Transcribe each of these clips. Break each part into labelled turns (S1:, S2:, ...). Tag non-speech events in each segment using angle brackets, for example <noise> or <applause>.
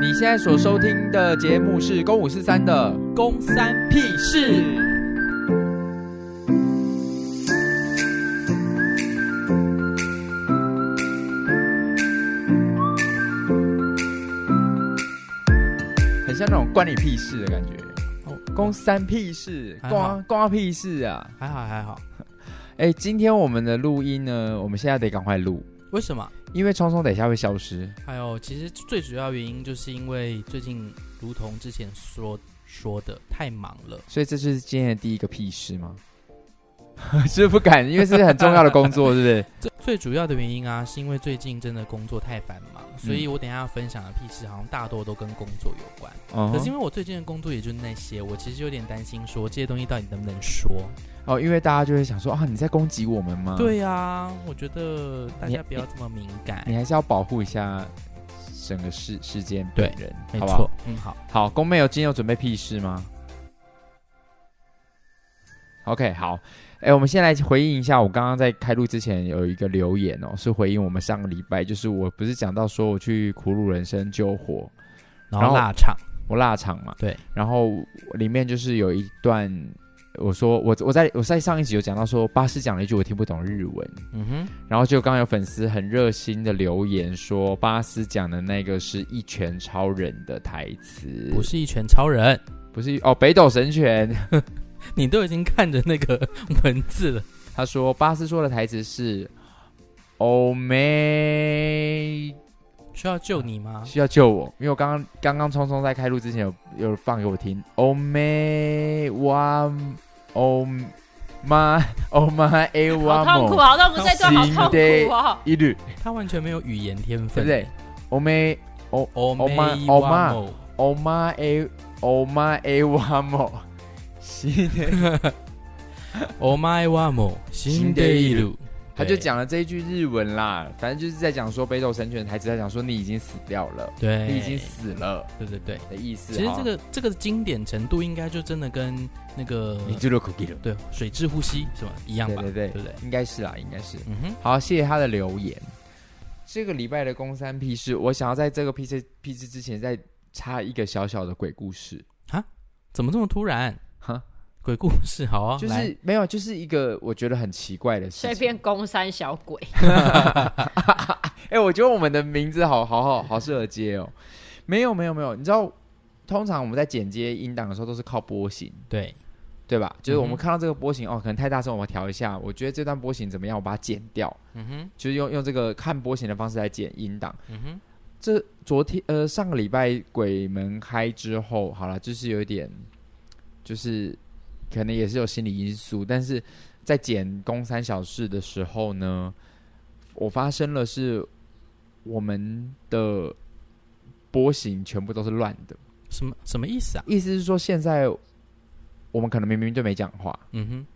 S1: 你现在所收听的节目是《公五四三》的《
S2: 公三屁事》。
S1: 很像那种关你屁事的感觉。
S2: 哦
S1: 公三屁事，
S2: 还好
S1: 关关屁事啊！
S2: 还好还好，
S1: 哎，今天我们的录音呢，我们现在得赶快录，
S2: 为什么？
S1: 因为聪聪等一下会消失。
S2: 还有，其实最主要原因就是因为最近，如同之前说说的，太忙了。
S1: 所以这是今天的第一个屁事吗？ <laughs> 是不敢，因为这是很重要的工
S2: <laughs>
S1: 作，是不是？
S2: 最最主要的原因啊，是因为最近真的工作太繁忙，所以我等一下要分享的屁事好像大多都跟工作有关。
S1: 哦
S2: 可是因为我最近的工作也就那些，我其实有点担心说这些东西到底能不能说。
S1: 哦，因为大家就会想说啊，你在攻击我们吗？，
S2: 对啊，我觉得大
S1: 你
S2: 家不要这么敏感。
S1: 你还是要保护一下整个事事件本人，
S2: 没
S1: 好不
S2: 错
S1: 好？，
S2: 嗯，好，
S1: 好，宫妹有今天有准备屁事吗？OK，好，哎、我们先来回应一下，我刚刚在开录之前有一个留言哦，是回应我们上个礼拜，就是我不是讲到说我去苦鲁人生救火，
S2: 然
S1: 然后
S2: 后腊肠，
S1: 我腊肠嘛，
S2: 对，
S1: 然后里面就是有一段，我说我我在我在上一集有讲到说巴士讲了一句我听不懂日文，
S2: 嗯哼，
S1: 然后就刚刚有粉丝很热心的留言说巴斯讲的那个是一拳超人的台词，
S2: 不是一拳超人，
S1: 不是哦北斗神拳， <laughs>
S2: 你都已经看着那个文字了，
S1: 他说巴斯说的台词是哦欧美
S2: <laughs> 需要救你吗？
S1: 需要救我，因为我刚刚刚刚匆匆在开录之前有有放给我听，欧美哇欧妈欧妈哎
S3: 好
S1: 哇
S3: 痛苦，啊
S1: 莫
S3: 好痛苦，这段好痛苦哦。
S1: 一律
S2: 他完全没有语言天
S1: 对
S2: 分，
S1: 不对？？欧美
S2: 哦
S1: 妈
S2: 妈
S1: 哦
S2: 哦
S1: 妈
S2: 妈，
S1: 欧妈诶，欧妈诶，哇 <laughs> 莫，是的，
S2: 哦妈哇某，新的一路，
S1: 他就讲了这一句日文啦，反正就是在讲说北斗神拳的台词，在讲说你已经死掉了，
S2: 对，
S1: 你已经死了
S2: 对对对。
S1: 的意思。
S2: 其实这个这个经典程度，应该就真的跟那个
S1: 你就了 cookie 了，
S2: 对水之呼吸是吧一样
S1: 对
S2: 吧？
S1: 对
S2: 对
S1: 对
S2: 不对？
S1: 应该是啦，应该是。
S2: 嗯哼，
S1: 好，谢谢他的留言。这个礼拜的公三屁事，我想要在这个屁事屁事之前再插一个小小的鬼故事，
S2: 怎么这么突然？
S1: 哈，
S2: 鬼故事好啊，
S1: 就
S2: 来
S1: 是没有，就是一个我觉得很奇怪的事
S3: 随
S1: 情。
S3: 便攻山小鬼，
S1: 哎、我觉得我们的名字好好好好适合接哦。没有没有没有，你知道，通常我们在剪接音档的时候都是靠波形，
S2: 对
S1: 对吧？就是我们
S2: 嗯哼
S1: 看到这个波形、哦，可能太大声，我们调一下。我觉得这段波形怎么样，我把它剪掉，
S2: 嗯哼，
S1: 就是用用这个看波形的方式来剪音档。
S2: 嗯哼，
S1: 这昨天呃上个礼拜鬼门开之后，好了，就是有一点，就是可能也是有心理因素，但是在剪公三小事的时候呢，我发生了是我们的波形全部都是乱的，
S2: 什么什么意思啊？
S1: 意思是说现在我们可能明明就没讲话，
S2: 嗯哼，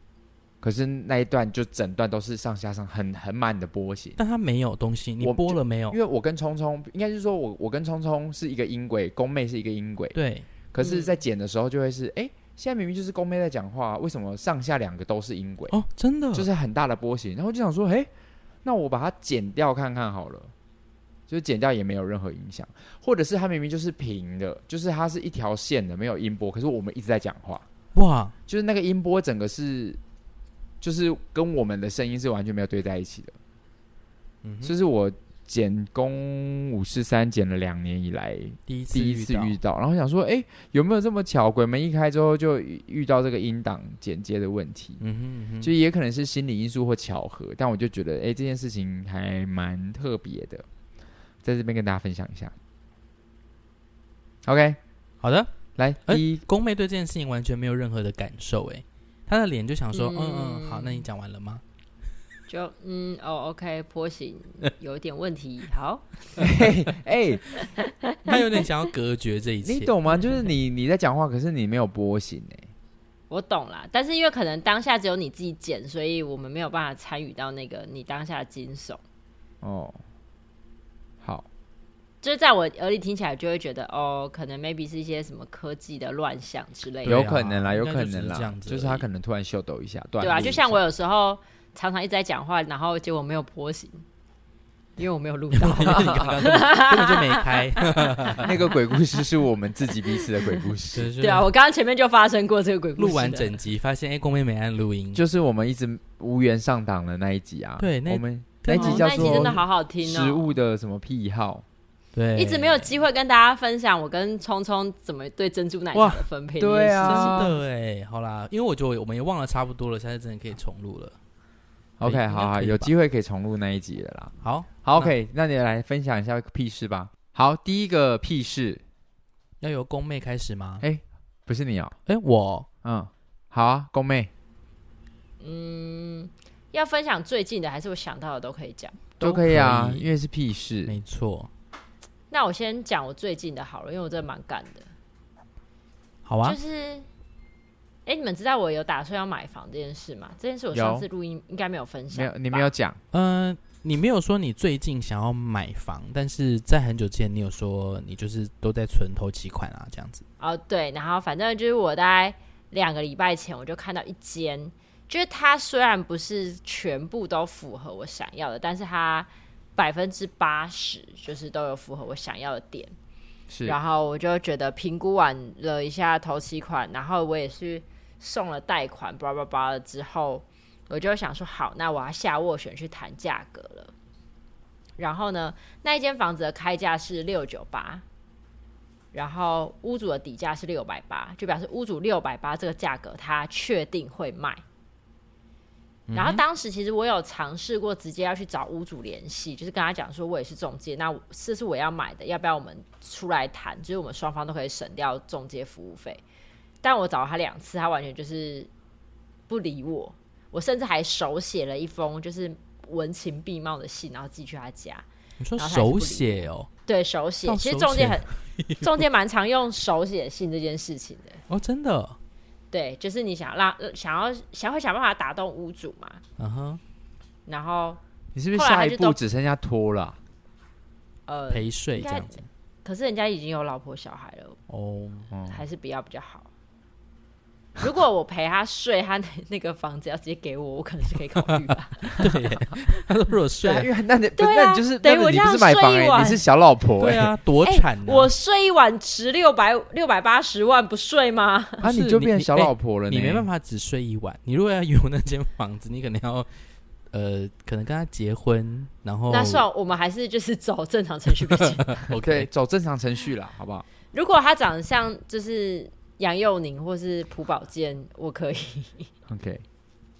S1: 可是那一段就整段都是上下上很很满的波形。
S2: 但他没有东西，你
S1: 我
S2: 播了没有
S1: 因？为我跟聪聪，应该是说我我跟聪聪是一个音轨，宫妹是一个音轨，
S2: 对，
S1: 可是，在剪的时候就会是，哎、现在明明就是公妹在讲话，为什么上下两个都是音轨，
S2: 哦，真的，
S1: 就是很大的波形？然后就想说，哎、那我把它剪掉看看好了，就是剪掉也没有任何影响，或者是它明明就是平的，就是它是一条线的，没有音波，可是我们一直在讲话，
S2: 哇，
S1: 就是那个音波整个是，就是跟我们的声音是完全没有对在一起的，
S2: 嗯哼
S1: 这、是我剪公五四三剪了两年以来
S2: 第一次
S1: 第一次
S2: 到
S1: 遇到，然后想说，哎、有没有这么巧？鬼门一开之后就遇遇到这个音档剪接的问题，
S2: 嗯哼嗯哼，
S1: 就也可能是心理因素或巧合，但我就觉得，哎、这件事情还蛮特别的，在这边跟大家分享一下。OK，
S2: 好的。
S1: 来
S2: 哎
S1: 第一，
S2: 宫妹对这件事情完全没有任何的感受，哎，她的脸就想说，嗯
S3: 嗯
S2: 嗯，好，那你讲完了吗？
S3: 就嗯哦，OK，波形有点问题。好，
S2: <laughs>
S1: 哎、哎
S2: 她有点想要隔绝这一
S1: 你
S2: 切，
S1: 懂吗？就是你你在讲话，可是你没有波形哎、
S3: 我懂啦，但是因为可能当下只有你自己剪，所以我们没有办法参与到那个你当下的惊悚。
S1: 哦，好，
S3: 就是在我耳里听起来就会觉得哦，可能 maybe 是一些什么科技的乱象之类
S2: 对啊
S3: 的，
S1: 有可能啦，有
S2: 应该
S1: 可
S2: 就只
S1: 能
S2: 是
S1: 啦，
S2: 这样子
S1: 就是他
S2: 而已
S1: 可能突然秀
S3: 啊
S1: 抖一下，对
S3: 对啊，就像我有时候常常一直在讲话，然后结果没有波形，因为我没有录
S2: <laughs> 因
S3: 到
S2: 为。你 <laughs> 刚刚根本根本就没
S1: <laughs>
S2: 开，
S1: 那个鬼故事是我们自己彼此的鬼故
S2: <laughs> 就
S1: 事，
S2: 是
S3: 对啊，我刚刚前面就发生过这个鬼故事了。
S2: 录完整集发现哎，公妹没按录音，
S1: 就是我们一直无缘上档的那一集啊。
S2: 对那
S1: 我们
S2: 对
S1: 那
S3: 哦
S1: 一集叫
S3: 那一集真的
S1: 做
S3: 好好听
S1: 食
S3: 哦。
S1: 物的什么癖好，
S2: 对，
S3: 一直没有机会跟大家分享我跟聪聪怎么对珍珠奶茶
S2: 哇
S3: 的分配。
S1: 对啊
S2: 真的哎，好啦，因为我觉得我们也忘了差不多了，下次真的可以重录了。对
S1: OK，好
S2: 应该
S1: 好，
S2: 可以
S1: 有
S2: 吧
S1: 机会可以重录那一集了啦。
S2: 好，
S1: 好
S2: 那
S1: ，OK，那你来分享一下屁事吧。好，第一个屁事
S2: 要由公妹开始吗？
S1: 哎不是你哦，
S2: 哎，我
S1: 嗯，好啊，宫妹，
S3: 嗯，要分享最近的还是我想到的都可以讲。
S1: 都
S2: 都
S1: 可以啊，
S2: 可以
S1: 因为是屁事。
S2: 没错，
S3: 那我先讲我最近的好了，因为我真的蛮赶的。
S2: 好啊
S3: 就，是，哎、你们知道我有打算要买房这件事吗？这件事我上
S1: 有
S3: 次录音应该没有分享
S1: 没
S3: 吧，
S1: 有，你没有讲，
S2: 嗯，你没有说你最近想要买房，但是在很久之前你有说你就是都在存头期款啊，这样子。
S3: 哦，对，然后反正就是我大概两个礼拜前我就看到一间，就是它虽然不是全部都符合我想要的，但是它百分之八十就是都有符合我想要的点。
S1: 是
S3: 然后我就觉得评估完了一下头期款，然后我也是送了贷款，叭叭叭了之后，我就想说好，那我要下斡旋去谈价格了。然后呢，那一间房子的开价是六九八，然后屋主的底价是六百八，就表示屋主六百八这个价格他确定会卖。
S2: 嗯
S3: 然后当时其实我有尝试过直接要去找屋主联系，就是跟他讲说我也是中介，那我这是我要买的，要不要我们出来谈？就是我们双方都可以省掉中介服务费。但我找了他两次，他完全就是不理我，我甚至还手写了一封就是文情并茂的信，然后寄去他家。
S2: 你说
S3: 然后他还是不
S2: 手
S3: 理
S2: 写哦，
S3: 对手写
S2: 到，
S3: 其
S2: 手
S3: 实中介
S2: 写
S3: 很中介蛮常用手写信这件事情的。
S2: 哦，真的，
S3: 对，就是你想让呃想要想会想办法打动屋主嘛，
S2: 嗯哼，
S3: 然后
S1: 你是不是
S3: 后来
S1: 下
S3: 他
S1: 一
S3: 就
S1: 步
S3: 都
S1: 只剩下拖了啊？
S3: 呃，
S2: 陪睡
S3: 应
S2: 这
S3: 该
S2: 样子。
S3: 可是人家已经有老婆小孩了，
S2: 哦， <laughs>
S3: 还是不要比较好。如果我陪他睡，他那那个房子要直接给我，我可能是可以考虑吧。
S2: 对耶，他说如果睡
S1: 对啊，因为那你不
S3: 对啊
S1: 那你就是
S3: 等于
S1: 那
S3: 我
S1: 你
S3: 这
S1: 不
S3: 样
S1: 是买房
S3: 睡一
S1: 哎，
S3: 晚
S1: 你是小老婆
S2: 对
S1: 哎，
S2: 啊，多
S3: 哎
S2: 惨啊！
S3: 我睡一晚值六百六百八十万，不睡吗？
S1: <laughs> 啊，
S2: 不是
S1: 你就变
S2: 你
S1: 小老婆了呢，
S2: 你没办
S1: 法，
S2: 法只睡一晚，你如果要有那间房子，你可能要呃，可能跟他结婚，然后
S3: 那算我们还是就是走正常程序比较简单
S1: 对，走正常程序啦，好不好？
S3: 如果他长得像就是杨佑宁或是朴宝剑，我可以。
S1: OK，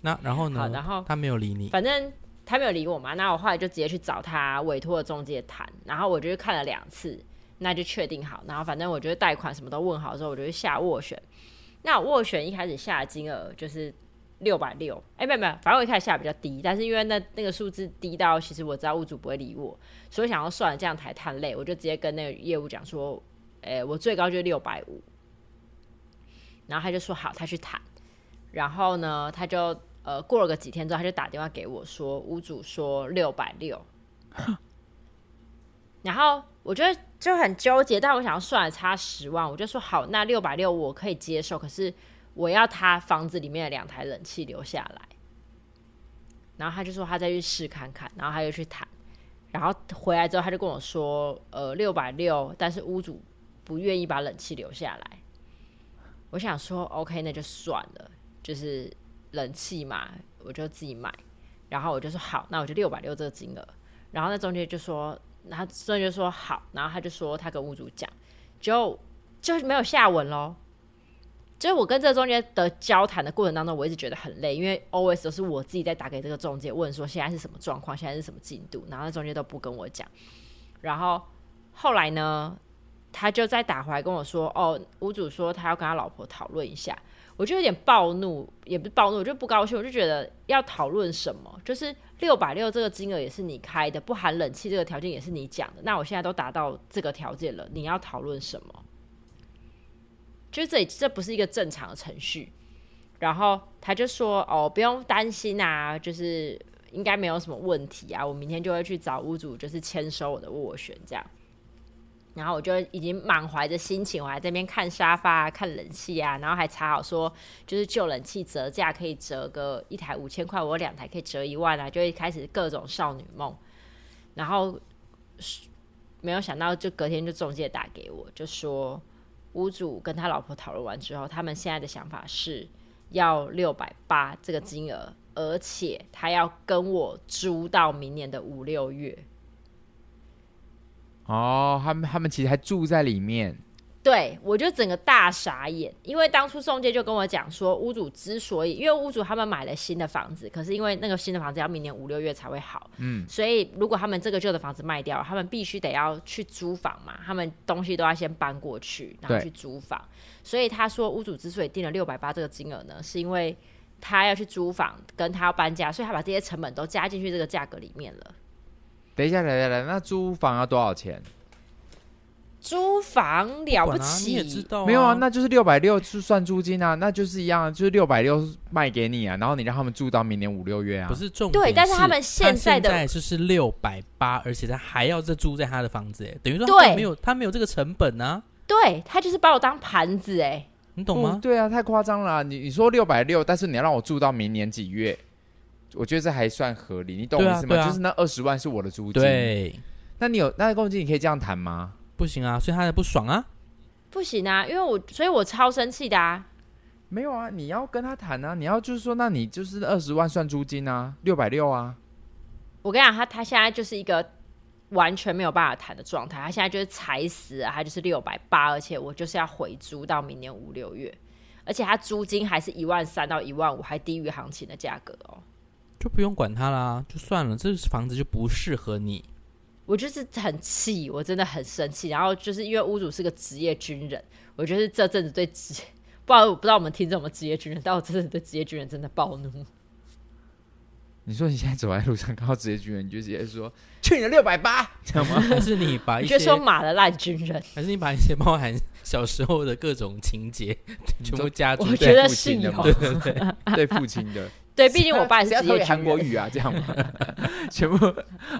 S2: 那然后呢？
S3: 好，然后
S2: 他没有理你，
S3: 反正他没有理我嘛，那我后来就直接去找他委托的中介谈，然后我就去看了两次，那就确定好，然后反正我觉得贷款什么都问好之后，我就去下斡旋。那我斡旋一开始下的金额就是六百六，哎，没有没有，反正我一开始下得比较低，但是因为那那个数字低到其实我知道屋主不会理我，所以我想要算了这样才太累，我就直接跟那个业务讲说，哎，我最高就六百五，然后他就说好，他去谈，然后呢，他就呃，过了个几天之后，他就打电话给我说，屋主说六百六，然后我就就很纠结，但我想要算了差十万，我就说好，那六百六我可以接受，可是我要他房子里面的两台冷气留下来。然后他就说他再去试看看，然后他就去谈，然后回来之后他就跟我说，呃，六百六，但是屋主不愿意把冷气留下来。我想说，OK，那就算了，就是冷气嘛，我就自己买。然后我就说好，那我就六百六这个金额。然后那中介就说，然后中介就说好，然后他就说他跟屋主讲，就就是没有下文喽。就是我跟这个中介的交谈的过程当中，我一直觉得很累，因为 always 都是我自己在打给这个中介问说现在是什么状况，现在是什么进度，然后那中介都不跟我讲。然后后来呢，他就再打回来跟我说，哦，屋主说他要跟他老婆讨论一下，我就有点暴怒，也不是暴怒，我就不高兴，我就觉得要讨论什么，就是六百六这个金额也是你开的，不含冷气这个条件也是你讲的，那我现在都达到这个条件了，你要讨论什么？就是这里这不是一个正常的程序。然后他就说：“哦，不用担心啊，就是应该没有什么问题啊，我明天就会去找屋主，就是签收我的斡旋这样。”然后我就已经满怀着心情，我还在那边看沙发、啊、看冷气啊，然后还查好说，就是旧冷气折价可以折个一台五千块，我有两台可以折一万啊，就会开始各种少女梦。然后是没有想到，就隔天就中介打给我，就说屋主跟他老婆讨论完之后，他们现在的想法是要六百八这个金额，而且他要跟我租到明年的五六月。
S1: 哦，他们他们其实还住在里面，
S3: 对我就整个大傻眼，因为当初中介就跟我讲说，屋主之所以因为屋主他们买了新的房子，可是因为那个新的房子要明年五六月才会好，
S1: 嗯，
S3: 所以如果他们这个旧的房子卖掉，他们必须得要去租房嘛，他们东西都要先搬过去，然后
S1: 对
S3: 去租房。所以他说，屋主之所以定了六百八这个金额呢，是因为他要去租房，跟他要搬家，所以他把这些成本都加进去这个价格里面了。
S1: 等一下，等一下，等一下那租房要多少钱？
S3: 租房了
S2: 管
S3: 不
S2: 啊你
S3: 起，
S2: 也知道、
S1: 没有啊，那就是六百六是算租金啊，那就是一样啊，就是六百六卖给你啊，然后你让他们住到明年五六月啊。
S2: 不，是重点
S3: 对但是他们
S2: 现
S3: 现在的
S2: 就是六百八，而且他还要再租在他的房子，哎，等于说
S3: 对
S2: 他没有他没有这个成本啊，
S3: 对他就是把我当盘子哎、
S2: 你懂
S1: 不
S2: 吗？
S1: 对啊，太夸张了啊、你你说六百六，但是你要让我住到明年几月？我觉得这还算合理，你懂我
S2: 对啊
S1: 意思吗？
S2: 对啊
S1: 就是那二十万是我的租金。，
S2: 对，
S1: 那你有那公积金，你可以这样谈吗？
S2: 不行啊，所以他才不爽啊。
S3: 不行啊，因为我所以我超生气的啊。
S1: 没有啊，你要跟他谈啊，你要就是说，那你就是二十万算租金啊，六百六啊。
S3: 我跟你讲，他他现在就是一个完全没有办法谈的状态，他现在就是踩死啊，他就是六百八，而且我就是要回租到明年五六月，而且他租金还是一万三到一万五，还低于行情的价格哦。
S2: 就不用管他啦，就算了，这房子就不适合你。
S3: 我就是很气，我真的很生气。然后就是因为屋主是个职业军人，我就是这阵子对职，不知道不知道我们听众有没有职业军人，但我这阵子对职业军人真的暴怒。
S1: 你说你现在走在路上看到职业军人，你就直接说去你的六百八，这样吗？
S2: 还是你把一
S3: <laughs> 你
S2: 些
S3: 就，说马的烂军人，
S2: 还是你把一些包含小时候的各种情节全部加进
S3: 我
S2: 去
S3: 觉得
S1: 对父亲的
S3: 是
S1: 嘛，
S3: 有
S1: 对对对，对父亲的。
S3: 对，毕竟我爸也是
S1: 谁要
S3: 职
S1: 投给
S3: 业军人。
S1: 韩
S3: <laughs>
S1: 国语啊，这样吗？全部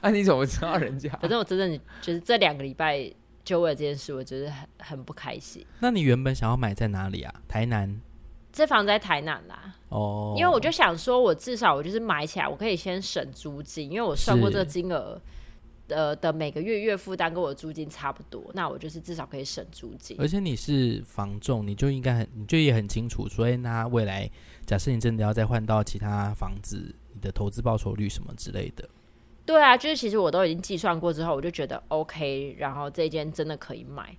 S1: 啊，你怎么知道人家？
S3: 反正我真的就是这两个礼拜就为了这件事，我觉得很很不开心。
S2: 那你原本想要买在哪里啊？台南
S3: 这房子在台南啦，
S2: 哦，
S3: 因为我就想说，我至少我就是买起来，我可以先省租金，因为我算过这个金额，呃的每个月月负担跟我的租金差不多，那我就是至少可以省租金。
S1: 哎
S2: 而且你是房仲，你就应该很，你就也很清楚，所以那未来假设你真的要再换到其他房子，你的投资报酬率什么之类的，
S3: 对啊，就是其实我都已经计算过之后，我就觉得 OK，然后这间真的可以买。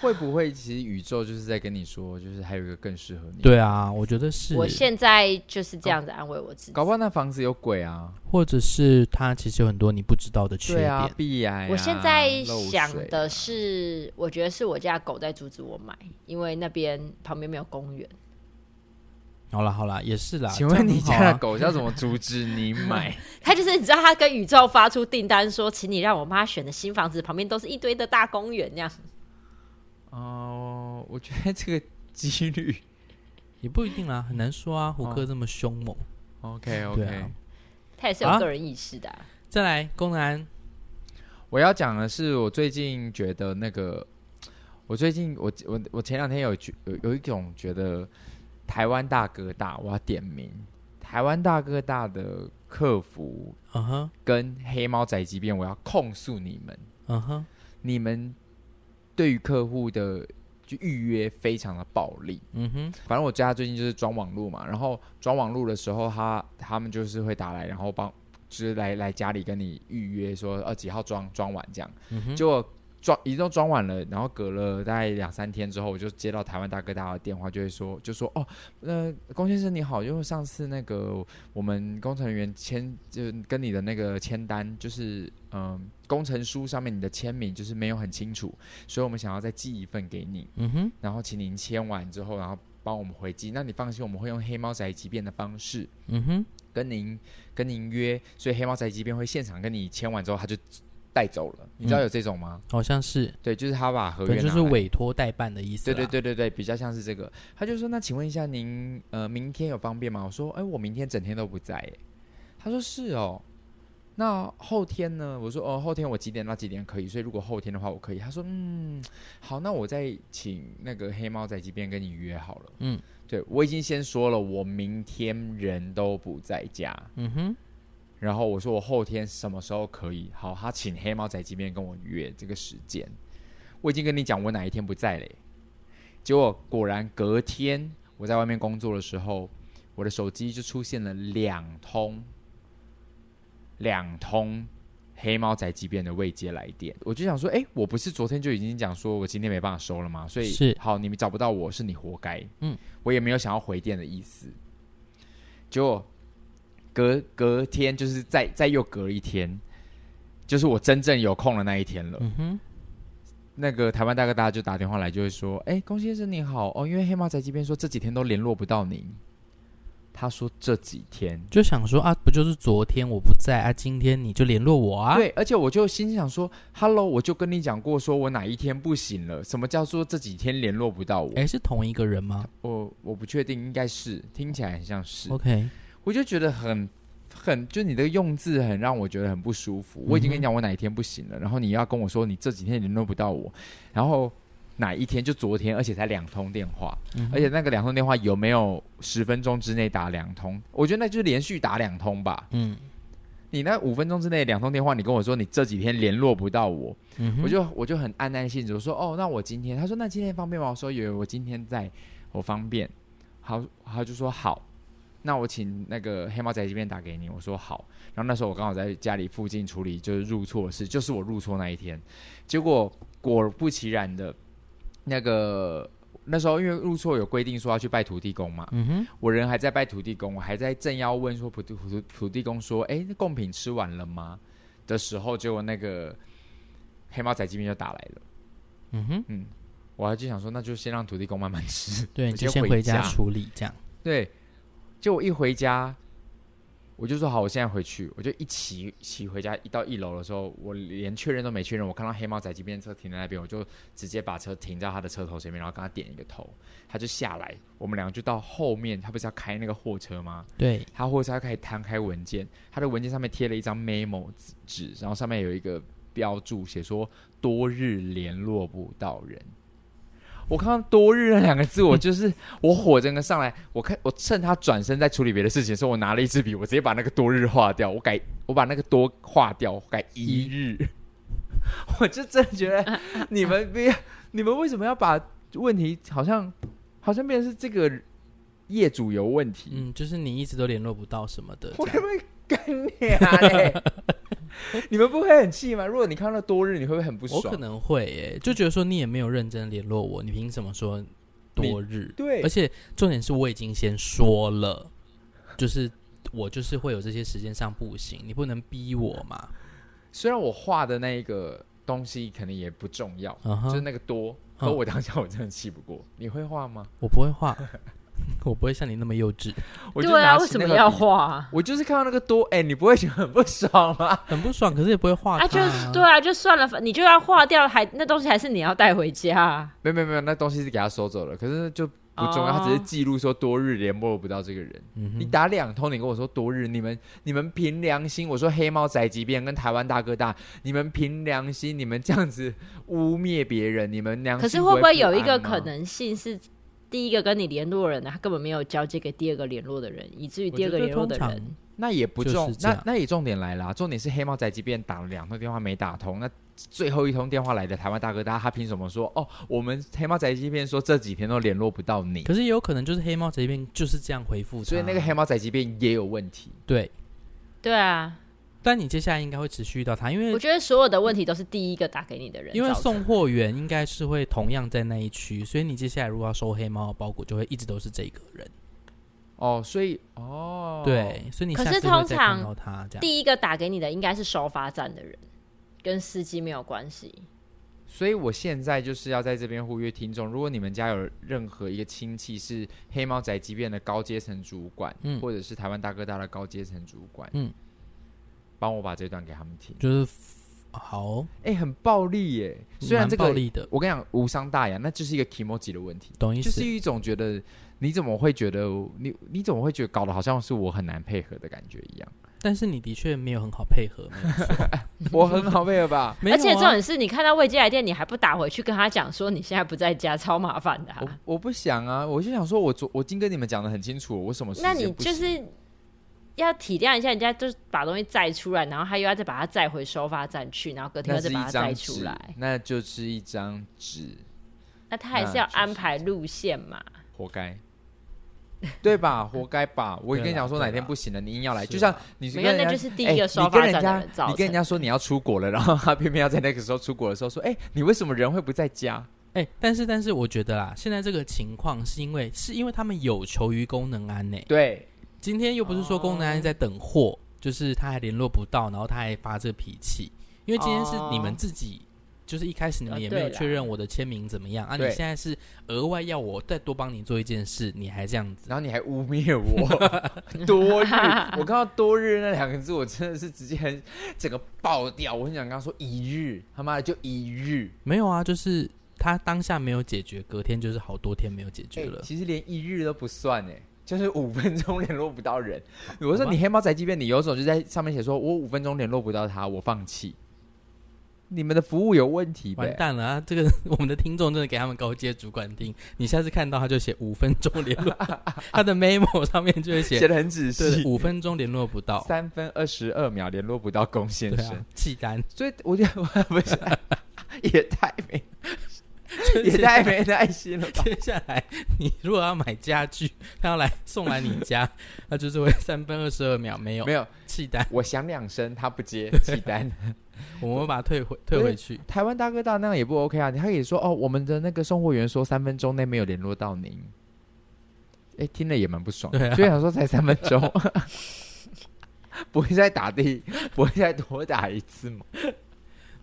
S1: 会不会其实宇宙就是在跟你说，就是还有一个更适合你？，
S2: 对啊，我觉得是，
S3: 我现在就是这样子安慰我自己。
S1: 搞不好那房子有鬼啊！
S2: 或者是它其实有很多你不知道的缺
S1: 对
S2: 点，
S1: 啊，壁癌啊。
S3: 我现在
S1: 漏水啊
S3: 想的是，我觉得是我家狗在阻止我买，因为那边旁边没有公园。
S2: 好啦好啦，也是啦，
S1: 请问你
S2: 这
S1: 家
S2: 样很好
S1: 的
S2: 啊
S1: 狗要怎么阻止你
S2: <laughs>
S1: 买？
S3: 他就是你知道，他跟宇宙发出订单说，请你让我妈选的新房子旁边都是一堆的大公园那样。
S1: 哦，我觉得这个几率 <laughs>
S2: 也不一定啦，很难说啊，胡歌这么凶猛，
S1: OK
S2: 对
S1: OK
S2: 啊。
S3: 他也是有个人意识的啊、
S2: 再来，公然
S1: 我要讲的是，我最近觉得那个，我最近我我我前两天有觉有有一种觉得台湾大哥大，我要点名台湾大哥大的客服
S2: 嗯哼，
S1: 跟黑猫宅急便，我要控诉你们，
S2: 嗯哼，
S1: 你们对于客户的就预约非常的暴力。
S2: 嗯哼，
S1: 反正我家最近就是装网络嘛，然后装网络的时候他，他们就是会打来，然后帮就是来来家里跟你预约说呃几号装装完这样，
S2: 嗯哼，
S1: 结果装一都装完了，然后隔了大概两三天之后，我就接到台湾大哥大的电话，就会说就说哦，呃，龚先生你好，因为上次那个我们工程人员签就跟你的那个签单，就是嗯、工程书上面你的签名就是没有很清楚，所以我们想要再寄一份给你。
S2: 嗯哼，
S1: 然后请您签完之后，然后帮我们回寄。那你放心，我们会用黑猫宅急便的方式
S2: 嗯哼，
S1: 跟您跟您约，所以黑猫宅急便会现场跟你签完之后，他就带走了。你知道有这种吗？
S2: 好像是，
S1: 对，就是他把合
S2: 嗯可
S1: 约
S2: 能
S1: 拿
S2: 就是
S1: 来
S2: 委托代办的意思，
S1: 对对，对对对，比较像是这个。他就说：“那请问一下您，呃，明天有方便吗？”我说：“哎，我明天整天都不在。”耶。”他说：“是哦。”那后天呢？我说：“哦，后天我几点到几点可以？所以如果后天的话，我可以。”他说：“嗯，好，那我再请那个黑猫宅急便跟你约好了。”
S2: 嗯，
S1: 对我已经先说了，我明天人都不在家。
S2: 嗯哼，
S1: 然后我说我后天什么时候可以？好，他请黑猫宅急便跟我约这个时间。我已经跟你讲我哪一天不在嘞，结果果然隔天我在外面工作的时候，我的手机就出现了两通，两通黑猫宅急便的未接来电。我就想说，哎，我不是昨天就已经讲说我今天没办法收了吗？所以
S2: 是
S1: 好，你们找不到我是你活该。
S2: 嗯，
S1: 我也没有想要回电的意思。结果隔隔天就是再再又隔一天，就是我真正有空的那一天了。
S2: 嗯哼，
S1: 那个台湾大哥大就打电话来，就会说：“哎、龚先生你好哦，因为黑猫宅急便说这几天都联络不到您。”他说这几天，
S2: 就想说啊，不就是昨天我不在啊，今天你就联络我啊？
S1: 对，而且我就心想说：“Hello，我就跟你讲过，说我哪一天不行了，什么叫做这几天联络不到我？
S2: 哎，是同一个人吗
S1: 我我不确定，应该是听起来很像是。
S2: ？OK，
S1: 我就觉得很很，就你的用字很让我觉得很不舒服。我已经
S2: 嗯
S1: 跟你讲我哪一天不行了，然后你要跟我说你这几天联络不到我，然后哪一天就昨天，而且才两通电话，
S2: 嗯哼
S1: 而且那个两通电话有没有十分钟之内打两通？我觉得那就是连续打两通吧。
S2: 嗯
S1: 你那五分钟之内两通电话，你跟我说你这几天联络不到我，
S2: 嗯哼，
S1: 我就我就很暗暗信，我说哦，那我今天，他说那今天方便吗？我说有，我今天在，我方便。好，他就说好，那我请那个黑猫仔这边打给你。我说好，然后那时候我刚好在家里附近处理就是入错的事，就是我入错那一天，结果果不其然的，那个那时候因为入错有规定说要去拜土地公嘛，
S2: 嗯哼，
S1: 我人还在拜土地公，我还在正要问说土地土土地公说，哎、那贡品吃完了吗？的时候，结果那个黑猫仔鸡面就打来了，
S2: 嗯哼，
S1: 我还就想说，那就先让土地公慢慢吃， <laughs>
S2: 对，
S1: 我
S2: 你就
S1: 先
S2: 先
S1: 回
S2: 回家
S1: 家
S2: 处理这样。
S1: 对，就我一回家，我就说好，我现在回去，我就一骑骑回家，一到一楼的时候，我连确认都没确认，我看到黑猫仔鸡便车停在那边，我就直接把车停在他的车头前面，然后跟他点一个头，他就下来，我们两个就到后面，他不是要开那个货车吗？
S2: 对，
S1: 他或者是他开始摊开文件，他的文件上面贴了一张 memo 纸，然后上面有一个标注写说多日联络不到人。我看到“多日”那两个字，我就是 <laughs> 我火整个上来，我看我趁他转身在处理别的事情的时候，我拿了一支笔，我直接把那个“多日”划掉，我改我把那个“多”划掉，我改一日。 <laughs> 我就真的觉 <laughs> 得你们别，你们为什么要把问题好像好像变成是这个业主有问题？
S2: 嗯，就是你一直都联络不到什么的
S1: 我
S2: 这
S1: 会
S2: 样。
S1: 不会干你啊嘞？ <laughs> 你们不会很气吗？如果你看到多日，你会不会很不
S2: 我
S1: 爽？
S2: 可能会耶，就觉得说你也没有认真联络我，你凭什么说多日？
S1: 对
S2: 而，且重点是我已经先说了，就是我就是会有这些时间上不行，你不能逼
S1: <laughs>
S2: 我嘛。
S1: 虽然我画的那一个东西可能也不重要，
S2: 嗯
S1: 就是
S2: 哼，
S1: 那个多，
S2: 嗯
S1: 可我当下我真的气不过。你会画吗？
S2: 我不会画， <laughs> 我不会像你那么幼稚，
S1: 我就
S3: 对啊，
S1: 拿
S3: 为
S1: 起
S3: 什
S1: 那
S3: 么
S1: 个
S3: 要
S1: 笔？
S3: 画啊？
S1: 我就是看到那个多，哎、你不会觉得很不爽吗？
S2: 很不爽，可是也不会画它、
S3: 啊，就对啊，就算了，反你就要化掉，还那东西还是你要带回家啊。
S1: <laughs> 没有没有没有，那东西是给他收走了，可是就不重要，
S3: 哦
S1: 他只是记录说多日联络不到这个人。
S2: 嗯
S1: 你
S2: 哼，
S1: 打两通，你跟我说多日，你们你们凭良心，我说黑猫宅急便跟台湾大哥大，你们凭良心，你们这样子污蔑别人，你们良心
S3: 可是
S1: 会
S3: 会不会有一个
S1: 不安吗
S3: 可？能性是，第一个跟你联络的人呢，他根本没有交接给第二个联络的人，以至于第二个联络的
S2: 我觉得通
S3: 人，
S1: 那也不
S2: 就是
S1: 重，
S2: 这
S1: 那
S2: 样
S1: 那也重点来啦，重点是黑猫宅急便打了两通电话没打通，那最后一通电话来的台湾大哥大，他凭什么说哦，我们黑猫宅急便说这几天都联络不到你，
S2: 可是也有可能就是黑猫这边就是这样回复它，
S1: 所以那个黑猫宅急便也有问题。
S2: 对。
S3: 对啊，
S2: 但你接下来应该会持续遇到它，因
S3: 我
S2: 为
S3: 觉得所有的问题都是第一个打给你的人
S2: 嗯因为
S3: 造成
S2: 送货员应该是会同样在那一区，所以你接下来如果要收黑猫的包裹，就会一直都是这个人。
S1: 哦，所以哦，
S2: 对，所以你
S3: 可
S2: 下
S3: 是
S2: 次
S3: 通
S2: 会再
S3: 常
S2: 看到他这样。
S3: 第一个打给你的应该是收发站的人，跟司机没有关系。
S1: 所以我现在就是要在这边呼吁听众，如果你们家有任何一个亲戚是黑猫宅急便的高阶层主管，
S2: 嗯
S1: 或者是台湾大哥大的高阶层主管，
S2: 嗯
S1: 帮我把这段给他们听。
S2: 就是好，
S1: 哎、很暴力耶！虽然
S2: 蛮
S1: 这
S2: 暴
S1: 个
S2: 力的，
S1: 我跟你讲无伤大雅，那就是一个 i m o j i 的问题，
S2: 懂意
S1: 就
S2: 思？
S1: 是一种觉得你怎么会觉得你你怎么会觉得搞得好像是我很难配合的感觉一样？ <laughs>
S2: 但是你的确没有很好配合，没有错
S1: 我很好配合吧？
S2: 没有、啊。
S3: 而且重点是你看到未接来电，你还不打回去跟他讲说你现在不在家，超麻烦的啊、
S1: 我我不想啊，我就想说我昨我今跟你们讲的很清楚，我什么时
S3: 那
S1: 间
S3: 你
S1: 不
S3: 就
S1: 行
S3: 是要体谅一下人家，就是把东西载出来，然后他又要再把它载回收发站去，然后隔
S1: 那
S3: 天又再
S1: 是
S3: 把
S1: 一
S3: 它
S1: 张
S3: 载出
S1: 纸
S3: 来，，
S1: 那就是一张纸，
S3: 那他还
S1: 那
S3: 是要
S1: 就是
S3: 安排路线嘛。
S1: 活该， <laughs> 对吧？活该吧！我
S2: 对
S1: 跟你讲
S2: 啦
S1: 说
S2: 对
S1: 哪天
S2: 啦
S1: 不行了，你硬要来，
S2: 是
S1: 就像
S2: 啦
S1: 你
S3: 没
S1: 跟
S3: 有，
S1: 人
S3: 那
S1: 家
S3: 就是第
S1: 哎
S3: 一个收
S1: 你
S3: 发
S1: 跟人
S3: 站的
S1: 家
S3: 人造
S1: 你
S3: 成。
S1: 跟人家说你要出国了，然后他偏偏要在那个时候出国的时候说，哎，你为什么人会不在家？
S2: 哎、但是但是我觉得啦，现在这个情况是因为是因为他们有求于功能安呢、
S1: 对，
S2: 今天又不是说功能安
S1: 哦
S2: 在等货，就是他还联络不到，然后他还发这脾气，因为今天是你们自己。就是一开始你们
S3: 哦
S2: 也没有
S3: 对啦
S2: 确认我的签名怎么样啊？你
S1: 对
S2: 现在是额外要我再多帮你做一件事，你还这样子？
S1: 然后你还污蔑我 <laughs> 多日，我看到多日那两个字，我真的是直接很整个爆掉。我很想跟他说一日，他妈的就一日。
S2: 没有啊，就是他当下没有解决，隔天就是好多天没有解决
S1: 欸
S2: 了。
S1: 其实连一日都不算哎、就是五分钟联络不到人。 <laughs> 如果说
S2: 好吧
S1: 你黑猫宅急便，你有种就在上面写说，我五分钟联络不到他，我放弃。你们的服务有问题
S2: 完
S1: 呗？
S2: 蛋了啊！这个 <laughs> 我们的听众真的给他们高阶主管听，你下次看到他就写五分钟联
S1: <laughs>
S2: 络，他的 memo 上面就会写
S1: 写的很仔
S2: 对
S1: 细，
S2: 五分钟联络不到，
S1: 三分二十二秒联络不到龚先
S2: 对
S1: 生，
S2: 啊，契丹
S1: 所以我觉得我不是 <laughs> 也太
S2: <laughs>
S1: 没 <laughs> 也太没耐心了吧？
S2: 接下来，你如果要买家具，他要来送来你 <laughs> 家，他就是会三分二十二秒没有
S1: 没有，
S2: 契丹，
S1: 我响两声他不
S2: <laughs>
S1: 接，契丹。
S2: 我们会把它退回退回去。
S1: 台湾大哥大那样也不 OK 啊，他也说哦，我们的那个送货员说三分钟内没有联络到您，哎，听了也蛮不爽，
S2: 对啊
S1: 就想说才三分钟， <laughs> 不会再打第，不会再多打一次吗？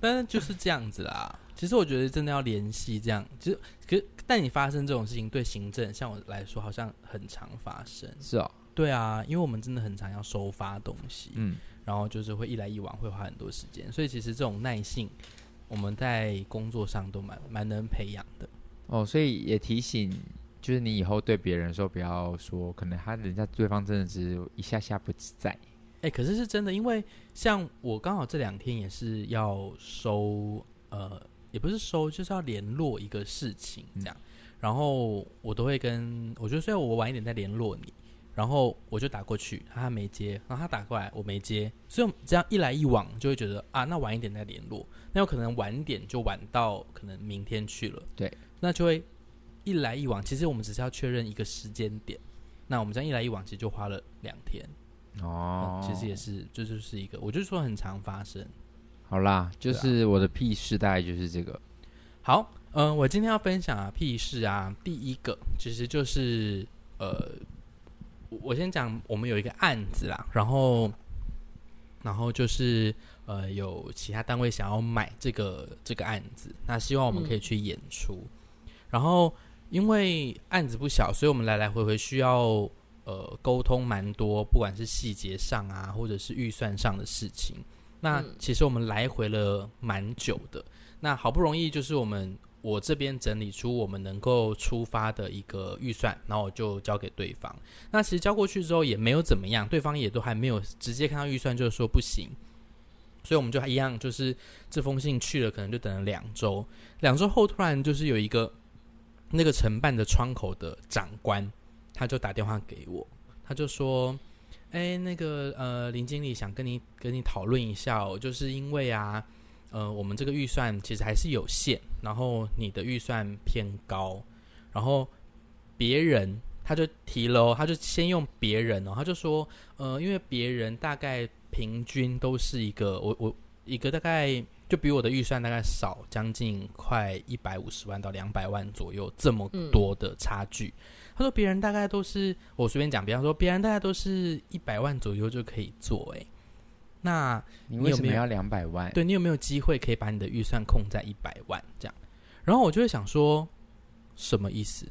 S2: 但是就是这样子啦。其实我觉得真的要联系，这样其实可是但你发生这种事情，对行政像我来说好像很常发生。
S1: 是哦，
S2: 对啊，因为我们真的很常要收发东西，
S1: 嗯，
S2: 然后就是会一来一往，会花很多时间，所以其实这种耐性，我们在工作上都蛮蛮能培养的。
S1: 哦，所以也提醒，就是你以后对别人的时候不要说，可能他人家对方真的只有一下下不在，
S2: 哎、可是是真的，因为像我刚好这两天也是要收，呃，也不是收，就是要联络一个事情这样，然后我都会跟，我觉得虽然我晚一点再联络你，然后我就打过去，他没接，然后他打过来我没接，所以我们这样一来一往就会觉得啊，那晚一点再联络，那有可能晚一点就晚到可能明天去了，
S1: 对，
S2: 那就会一来一往，其实我们只是要确认一个时间点，那我们这样一来一往其实就花了两天。
S1: 哦
S2: 哦，，其实也是，这就是一个，我就说很常发生。
S1: 好啦，就
S2: 对啊
S1: 是我的屁事大概就是这个，
S2: 好，嗯、我今天要分享啊屁事啊，第一个其实就是呃，我我先讲，我们有一个案子啦，然后然后就是呃，有其他单位想要买这个这个案子，那希望我们可以去演出，然后因为案子不小，所以我们来来回回需要。呃，沟通蛮多，不管是细节上啊，或者是预算上的事情。那
S3: 嗯
S2: 其实我们来回了蛮久的，那好不容易就是我们我这边整理出我们能够出发的一个预算，然后我就交给对方。那其实交过去之后也没有怎么样，对方也都还没有直接看到预算就说不行，所以我们就一样就是这封信去了，可能就等了两周，两周后突然就是有一个那个承办的窗口的长官，他就打电话给我，他就说。哎，那个呃，林经理想跟你跟你讨论一下哦，就是因为啊，呃，我们这个预算其实还是有限，然后你的预算偏高，然后别人他就提了哦、他就先用别人哦，他就说，呃，因为别人大概平均都是一个我我一个大概就比我的预算大概少将近快一百五十万到两百万左右这么多的差距。他说别人大概都是我随便讲，比方说别人大概都是一百万左右就可以做，哎，那
S1: 你
S2: 你
S1: 为
S2: 有
S1: 什
S2: 没
S1: 么
S2: 有
S1: 要两百万？
S2: 对你有没有机会可以把你的预算控在一百万这样？然后我就会想说，什么意思？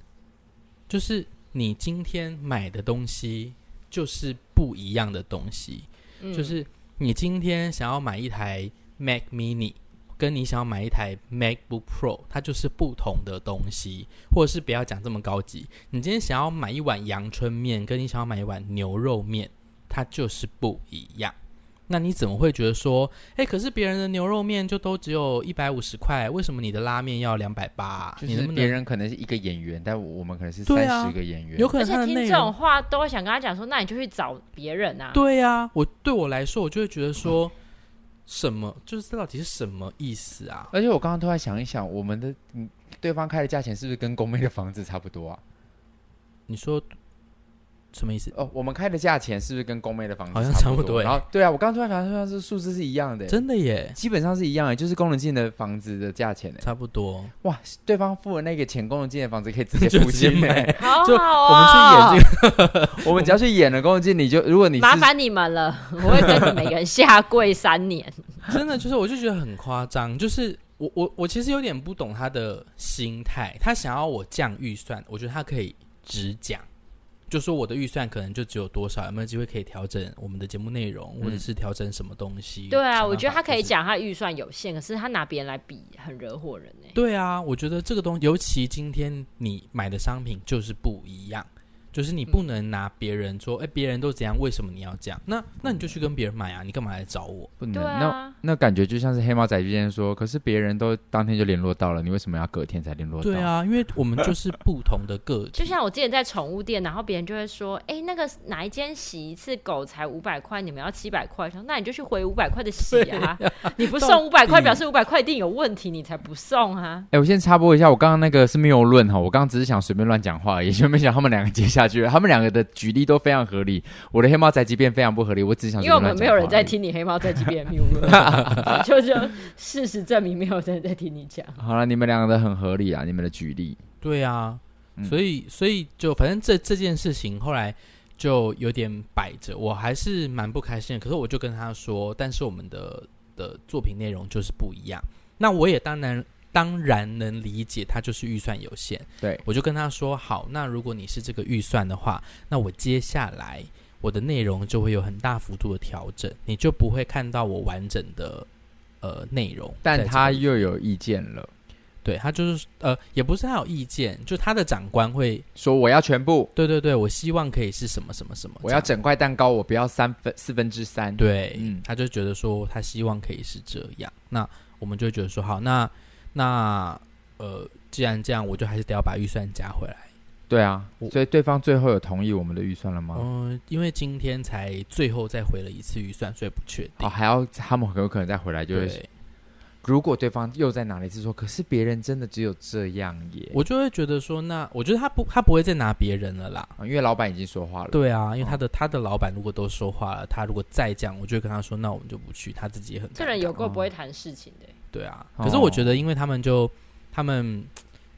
S2: 就是你今天买的东西就是不一样的东西，
S3: 嗯
S2: 就是你今天想要买一台 Mac Mini，跟你想要买一台 MacBook Pro，它就是不同的东西，或者是不要讲这么高级，你今天想要买一碗阳春面，跟你想要买一碗牛肉面，它就是不一样。那你怎么会觉得说，哎，可是别人的牛肉面就都只有一百五十块，为什么你的拉面要两百八？
S1: 就
S2: 你能
S1: 是
S2: 不
S1: 别
S2: 能？
S1: 人可能是一个演员，但我们可能是
S2: 对
S1: 三
S2: 啊
S1: 十个演员，
S2: 有可
S3: 而
S2: 能
S3: 且
S2: 他的
S3: 听
S2: 内
S3: 这
S2: 容
S3: 种话都会想跟他讲说，那你就去找别人啊。
S2: 对呀、我对我来说，我就会觉得说，什么就是这到底是什么意思啊？
S1: 而且我刚刚突然想一想，我们的嗯，对方开的价钱是不是跟公妹的房子差不多啊？
S2: 你说什么意思？
S1: 哦，我们开的价钱是不是跟公妹的房子
S2: 好像
S1: 差
S2: 差不多
S1: 多？
S2: 欸
S1: 然后对啊，我刚刚突然想到，是数字是一样的欸，
S2: 真的耶，
S1: 基本上是一样的，就是功能性的房子的价钱欸
S2: 差不
S3: <laughs>
S2: 多。
S1: 哇，对方付了那个钱，功能性的房子可以直接
S2: <laughs> 就
S1: 付
S2: 直接
S1: 清欸
S2: 买。
S3: 好
S2: 就
S3: 好哦
S2: 我们去演
S3: 这
S2: <laughs>
S1: 我们只要去演了功能性，你就如果你
S3: 麻
S1: 是
S3: 烦你们了， <laughs> 我会跟你每个人下跪
S1: <laughs>
S3: 三年。
S2: 真的就是，我就觉得很夸张，就是。我我我其实有点不懂他的心态，他想要我降预算，我觉得他可以直讲，就说我的预算可能就只有多少，有没有机会可以调整我们的节目内容，或者是调整什么东西？
S3: 嗯对啊，
S2: 想
S3: 我觉得
S2: 办
S3: 他
S2: 法
S3: 可以
S2: 就是
S3: 讲他预算有限，可是他拿别人来比，很惹火人欸呢、
S2: 对啊，我觉得这个东尤其今天你买的商品就是不一样，就是你
S3: 嗯
S2: 不能拿别人说，哎、别人都怎样，为什么你要这样？那那你就去跟别人买啊，你干嘛来找我？
S1: 不能
S3: 对
S1: 嗯那。
S3: 啊，
S1: 那感觉就像是黑猫仔之前说，可是别人都当天就联络到了，你为什么要隔天才联络到？
S2: 对，啊，因为我们
S1: <laughs>
S2: 就是不同的个体，
S3: 就像我之前在宠物店，然后别人就会说：“哎、那个哪一间洗一次狗才五百块，你们要七百块。”我想那你就去回五百块的洗啊！你不
S2: 到
S3: 送
S2: 底
S3: 五百块，表示五百块一定有问题，你才不送啊！
S1: 哎、我先插播一下，我刚刚那个是谬论哈，我刚刚只是想随便乱讲话而已，也就 <laughs> 没想到他们两个接下去了，他们两个的举例都非常合理，我的黑猫宅急便非常不合理，我只是想
S3: 因为我
S1: 随便
S3: 们
S1: 乱
S3: 没有人
S1: 讲话而
S3: 在
S1: 已，
S3: 听你黑猫在这边谬
S1: <laughs>
S3: 论， <laughs> 就就事实证明没有人在听你讲。
S1: 好了，你们两个的很合理啊，你们的举例，
S2: 对啊，
S1: 嗯
S2: 所以所以就反正这这件事情后来就有点摆着，我还是蛮不开心的。可是我就跟他说，但是我们的的作品内容就是不一样。那我也当然当然能理解，他就是预算有限。
S1: 对
S2: 我就跟他说，好，那如果你是这个预算的话，那我接下来我的内容就会有很大幅度的调整，你就不会看到我完整的呃内容在
S1: 但
S2: 这个。
S1: 他又有意见了，
S2: 对他就是呃，也不是他有意见，就他的长官会
S1: 说我要全部，
S2: 对对对，我希望可以是什么什么什么这样，
S1: 我要整块蛋糕，我不要三分四分之三，，
S2: 对，
S1: 嗯
S2: 他就觉得说他希望可以是这样，那我们就会觉得说好，那那呃，既然这样，我就还是得要把预算加回来，
S1: 对啊
S2: 我，
S1: 所以对方最后有同意我们的预算了吗？
S2: 嗯、因为今天才最后再回了一次预算，所以不确
S1: 好，
S2: 定，
S1: 哦还要他们很有可能再回来，就会
S2: 对，
S1: 如果对方又在哪里是说，可是别人真的只有这样耶，
S2: 我就会觉得说，那我觉得他不他不会再拿别人了啦。
S1: 啊因为老板已经说话了，
S2: 对啊，因为他
S1: 哦
S2: 的、他的老板如果都说话了，他如果再这样，我就会跟他说，那我们就不去，他自己也很
S3: 这
S2: 尴
S3: 人
S2: 尬
S3: 有够不会谈事情的、
S2: 对啊，
S1: 哦
S2: 可是我觉得，因为他们就他们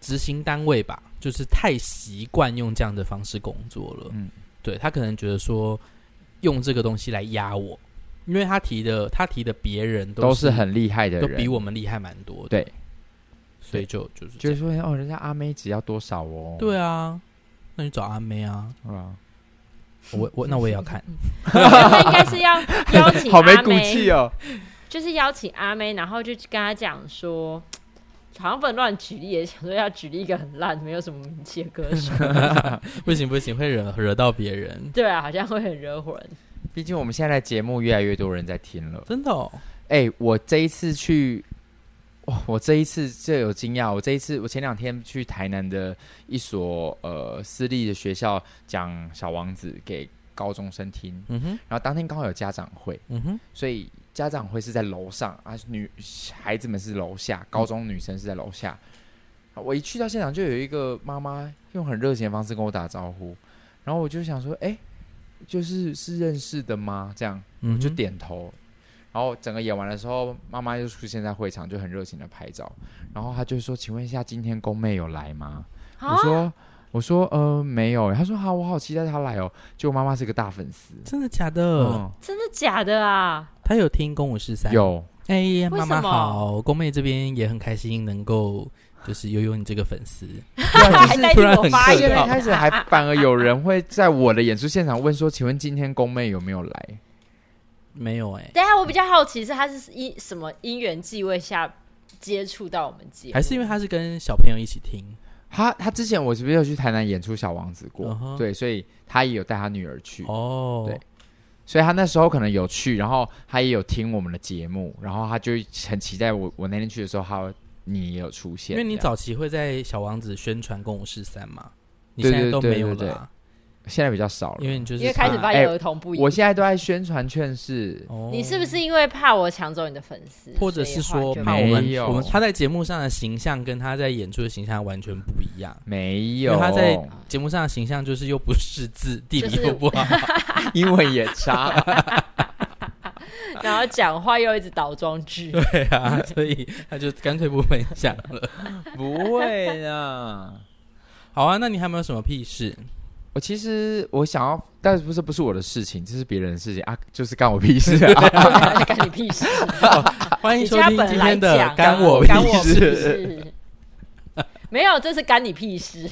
S2: 执行单位吧，就是太习惯用这样的方式工作了。
S1: 嗯
S2: 嗯，对他可能觉得说用这个东西来压我，因为他提的他提的别人
S1: 都
S2: 是
S1: 是很厉害的
S2: 都
S1: 人，
S2: 比我们厉害蛮多的，
S1: 对，
S2: 所以就就是
S1: 就
S2: 就是
S1: 说哦，人家阿妹只要多少哦，
S2: 对啊，那你找阿妹
S1: <laughs>
S2: 啊，
S1: 啊，
S2: 我我那我也
S1: <laughs>
S2: 要看， <laughs>
S3: 他应该是要邀请
S1: 好没
S3: 阿
S1: 骨
S3: 妹，
S1: 气哦，
S3: 就是邀请阿妹，然后就跟他讲说，好像不能乱举例，也想说要举例一个很烂、没有什么名气的歌手。 <laughs>
S2: 不行不行，会惹惹到别人，
S3: 对啊，好像会很惹火人。
S1: 毕竟我们现在的节目越来越多人在听了，
S2: 真的、哦，
S1: 哎、我这一次去，哇，我这一次这有惊讶，我这一次我前两天去台南的一所呃私立的学校讲《小王子》给高中生听，
S2: 嗯哼，
S1: 然后当天刚好有家长会，
S2: 嗯哼，
S1: 所以家长会是在楼上啊，女孩子们是楼
S2: 嗯
S1: 下，高中女生是在楼下。啊我一去到现场，就有一个妈妈用很热情的方式跟我打招呼，然后我就想说，哎、就是是认识的吗？这样
S2: 嗯
S1: 我
S2: 哼
S1: 就点头。然后整个演完的时候，妈妈就出现在会场，就很热情的拍照。然后她就说：“请问一下，今天宫妹有来吗？”
S3: 啊
S1: 我，说：“我说呃没有。”她说：“好，我好期待她来哦。”结果妈妈是个大粉丝，
S2: 真的假的？
S1: 嗯，
S3: 真的假的啊？
S2: 他有听《公五十三》
S1: 有
S2: 哎呀，
S3: 为
S2: 妈
S3: 什
S2: 妈
S3: 么
S2: 好，宫妹这边也很开心能够就是悠悠你这个粉
S3: <laughs>
S2: 丝，
S1: 对啊，
S3: 还
S1: 就是
S3: 代替
S2: 突然
S3: 我
S2: 很
S3: 发
S2: 社
S1: 现
S2: 对
S1: 在
S2: 交
S3: 言，
S1: 开始还反而有人会在我的演出现场问说：“请问今天宫妹有没有来
S2: 没有哎、
S3: 等一下，我比较好奇是他是因什么因缘际会下接触到我们节目，
S2: 还是因为他是跟小朋友一起听，？”
S1: 他他之前我是不是有去台南演出《小王子》过
S2: 嗯哼
S1: 嗯对，所以他也有带他女儿去
S2: 哦，
S1: 对所以他那时候可能有去，然后他也有听我们的节目，然后他就很期待我我那天去的时候他你也有出现，
S2: 因为你
S1: 这样
S2: 早期会在小王子宣传共舞十三嘛，你
S1: 对
S2: 现在
S1: 对
S2: 都
S1: 对
S2: 没有
S1: 对
S2: 了啊、
S1: 现在比较少了，
S2: 因为你就是
S3: 因为开始
S2: 怕
S3: 发
S1: 哎
S3: 现儿童不宜。
S1: 我现在都在宣传劝世，
S2: 哦
S3: 你是不是因为怕我抢走你的粉丝，
S2: 或者是
S3: 所以
S2: 说
S3: 话就
S2: 怕
S3: 没
S2: 我们
S1: 没有
S2: 我们他在节目上的形象跟他在演出的形象完全不一样。
S1: 没
S2: 因为
S1: 有，<laughs>
S2: 他在
S1: 嗯
S2: 节目上的形象就是又不识字，地理
S3: 就是
S2: 又不好，
S1: 英文也
S2: <laughs>
S1: 差，
S3: 然后讲话又一直倒装
S2: <laughs>
S3: 句， <laughs>
S2: 对啊，所以他就干脆不分享了。
S1: 不会啦。
S2: 好啊，那你还没有什么屁事？
S1: 我其实我想要，但是不是不是我的事情，这是别人的事情啊， <laughs> 就是干我屁事啊！
S3: 干你屁事！
S2: 欢迎
S3: 你
S2: 收
S3: 家
S2: 听
S3: 本
S2: 今
S3: 来
S2: 天的
S3: 讲
S2: 《
S3: 干
S2: 干我
S3: 屁
S2: 屁事》。
S3: 事， <laughs> 没有，这是干你屁事。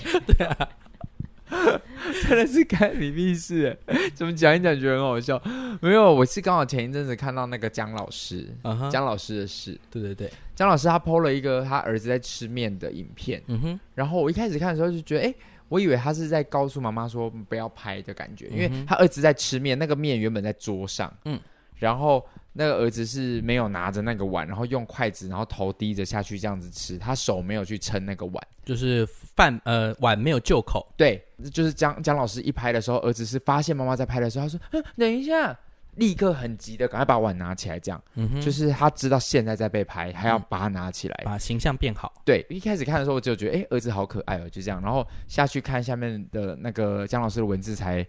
S1: 真的是干你屁事，怎么讲一讲觉得很好笑？没有，我是刚好前一阵子看到那个姜老师，
S2: <laughs> 嗯哼，
S1: 姜老师的事，
S2: 对对对，
S1: 姜老师他 PO 了一个他儿子在吃面的影片，
S2: 嗯哼，
S1: 然后我一开始看的时候就觉得，哎、我以为他是在告诉妈妈说不要拍的感觉，因为
S2: 嗯哼
S1: 他儿子在吃面，那个面原本在桌上，嗯
S2: 嗯，
S1: 然后那个儿子是没有拿着那个碗，然后用筷子，然后头低着下去这样子吃，他手没有去撑那个碗，
S2: 就是饭呃碗没有就口，
S1: 对，就是姜姜老师一拍的时候，儿子是发现妈妈在拍的时候，他说，嗯，等一下。立刻很急的，赶快把碗拿起来，这样、
S2: 嗯哼，
S1: 就是是他知道现在在被拍，还要
S2: 嗯
S1: 把它拿起来。
S2: 把形象变好。
S1: 对，一开始看的时候我只有觉得，哎、儿子好可爱哦，就这样。然后下去看下面的那个姜老师的文字才，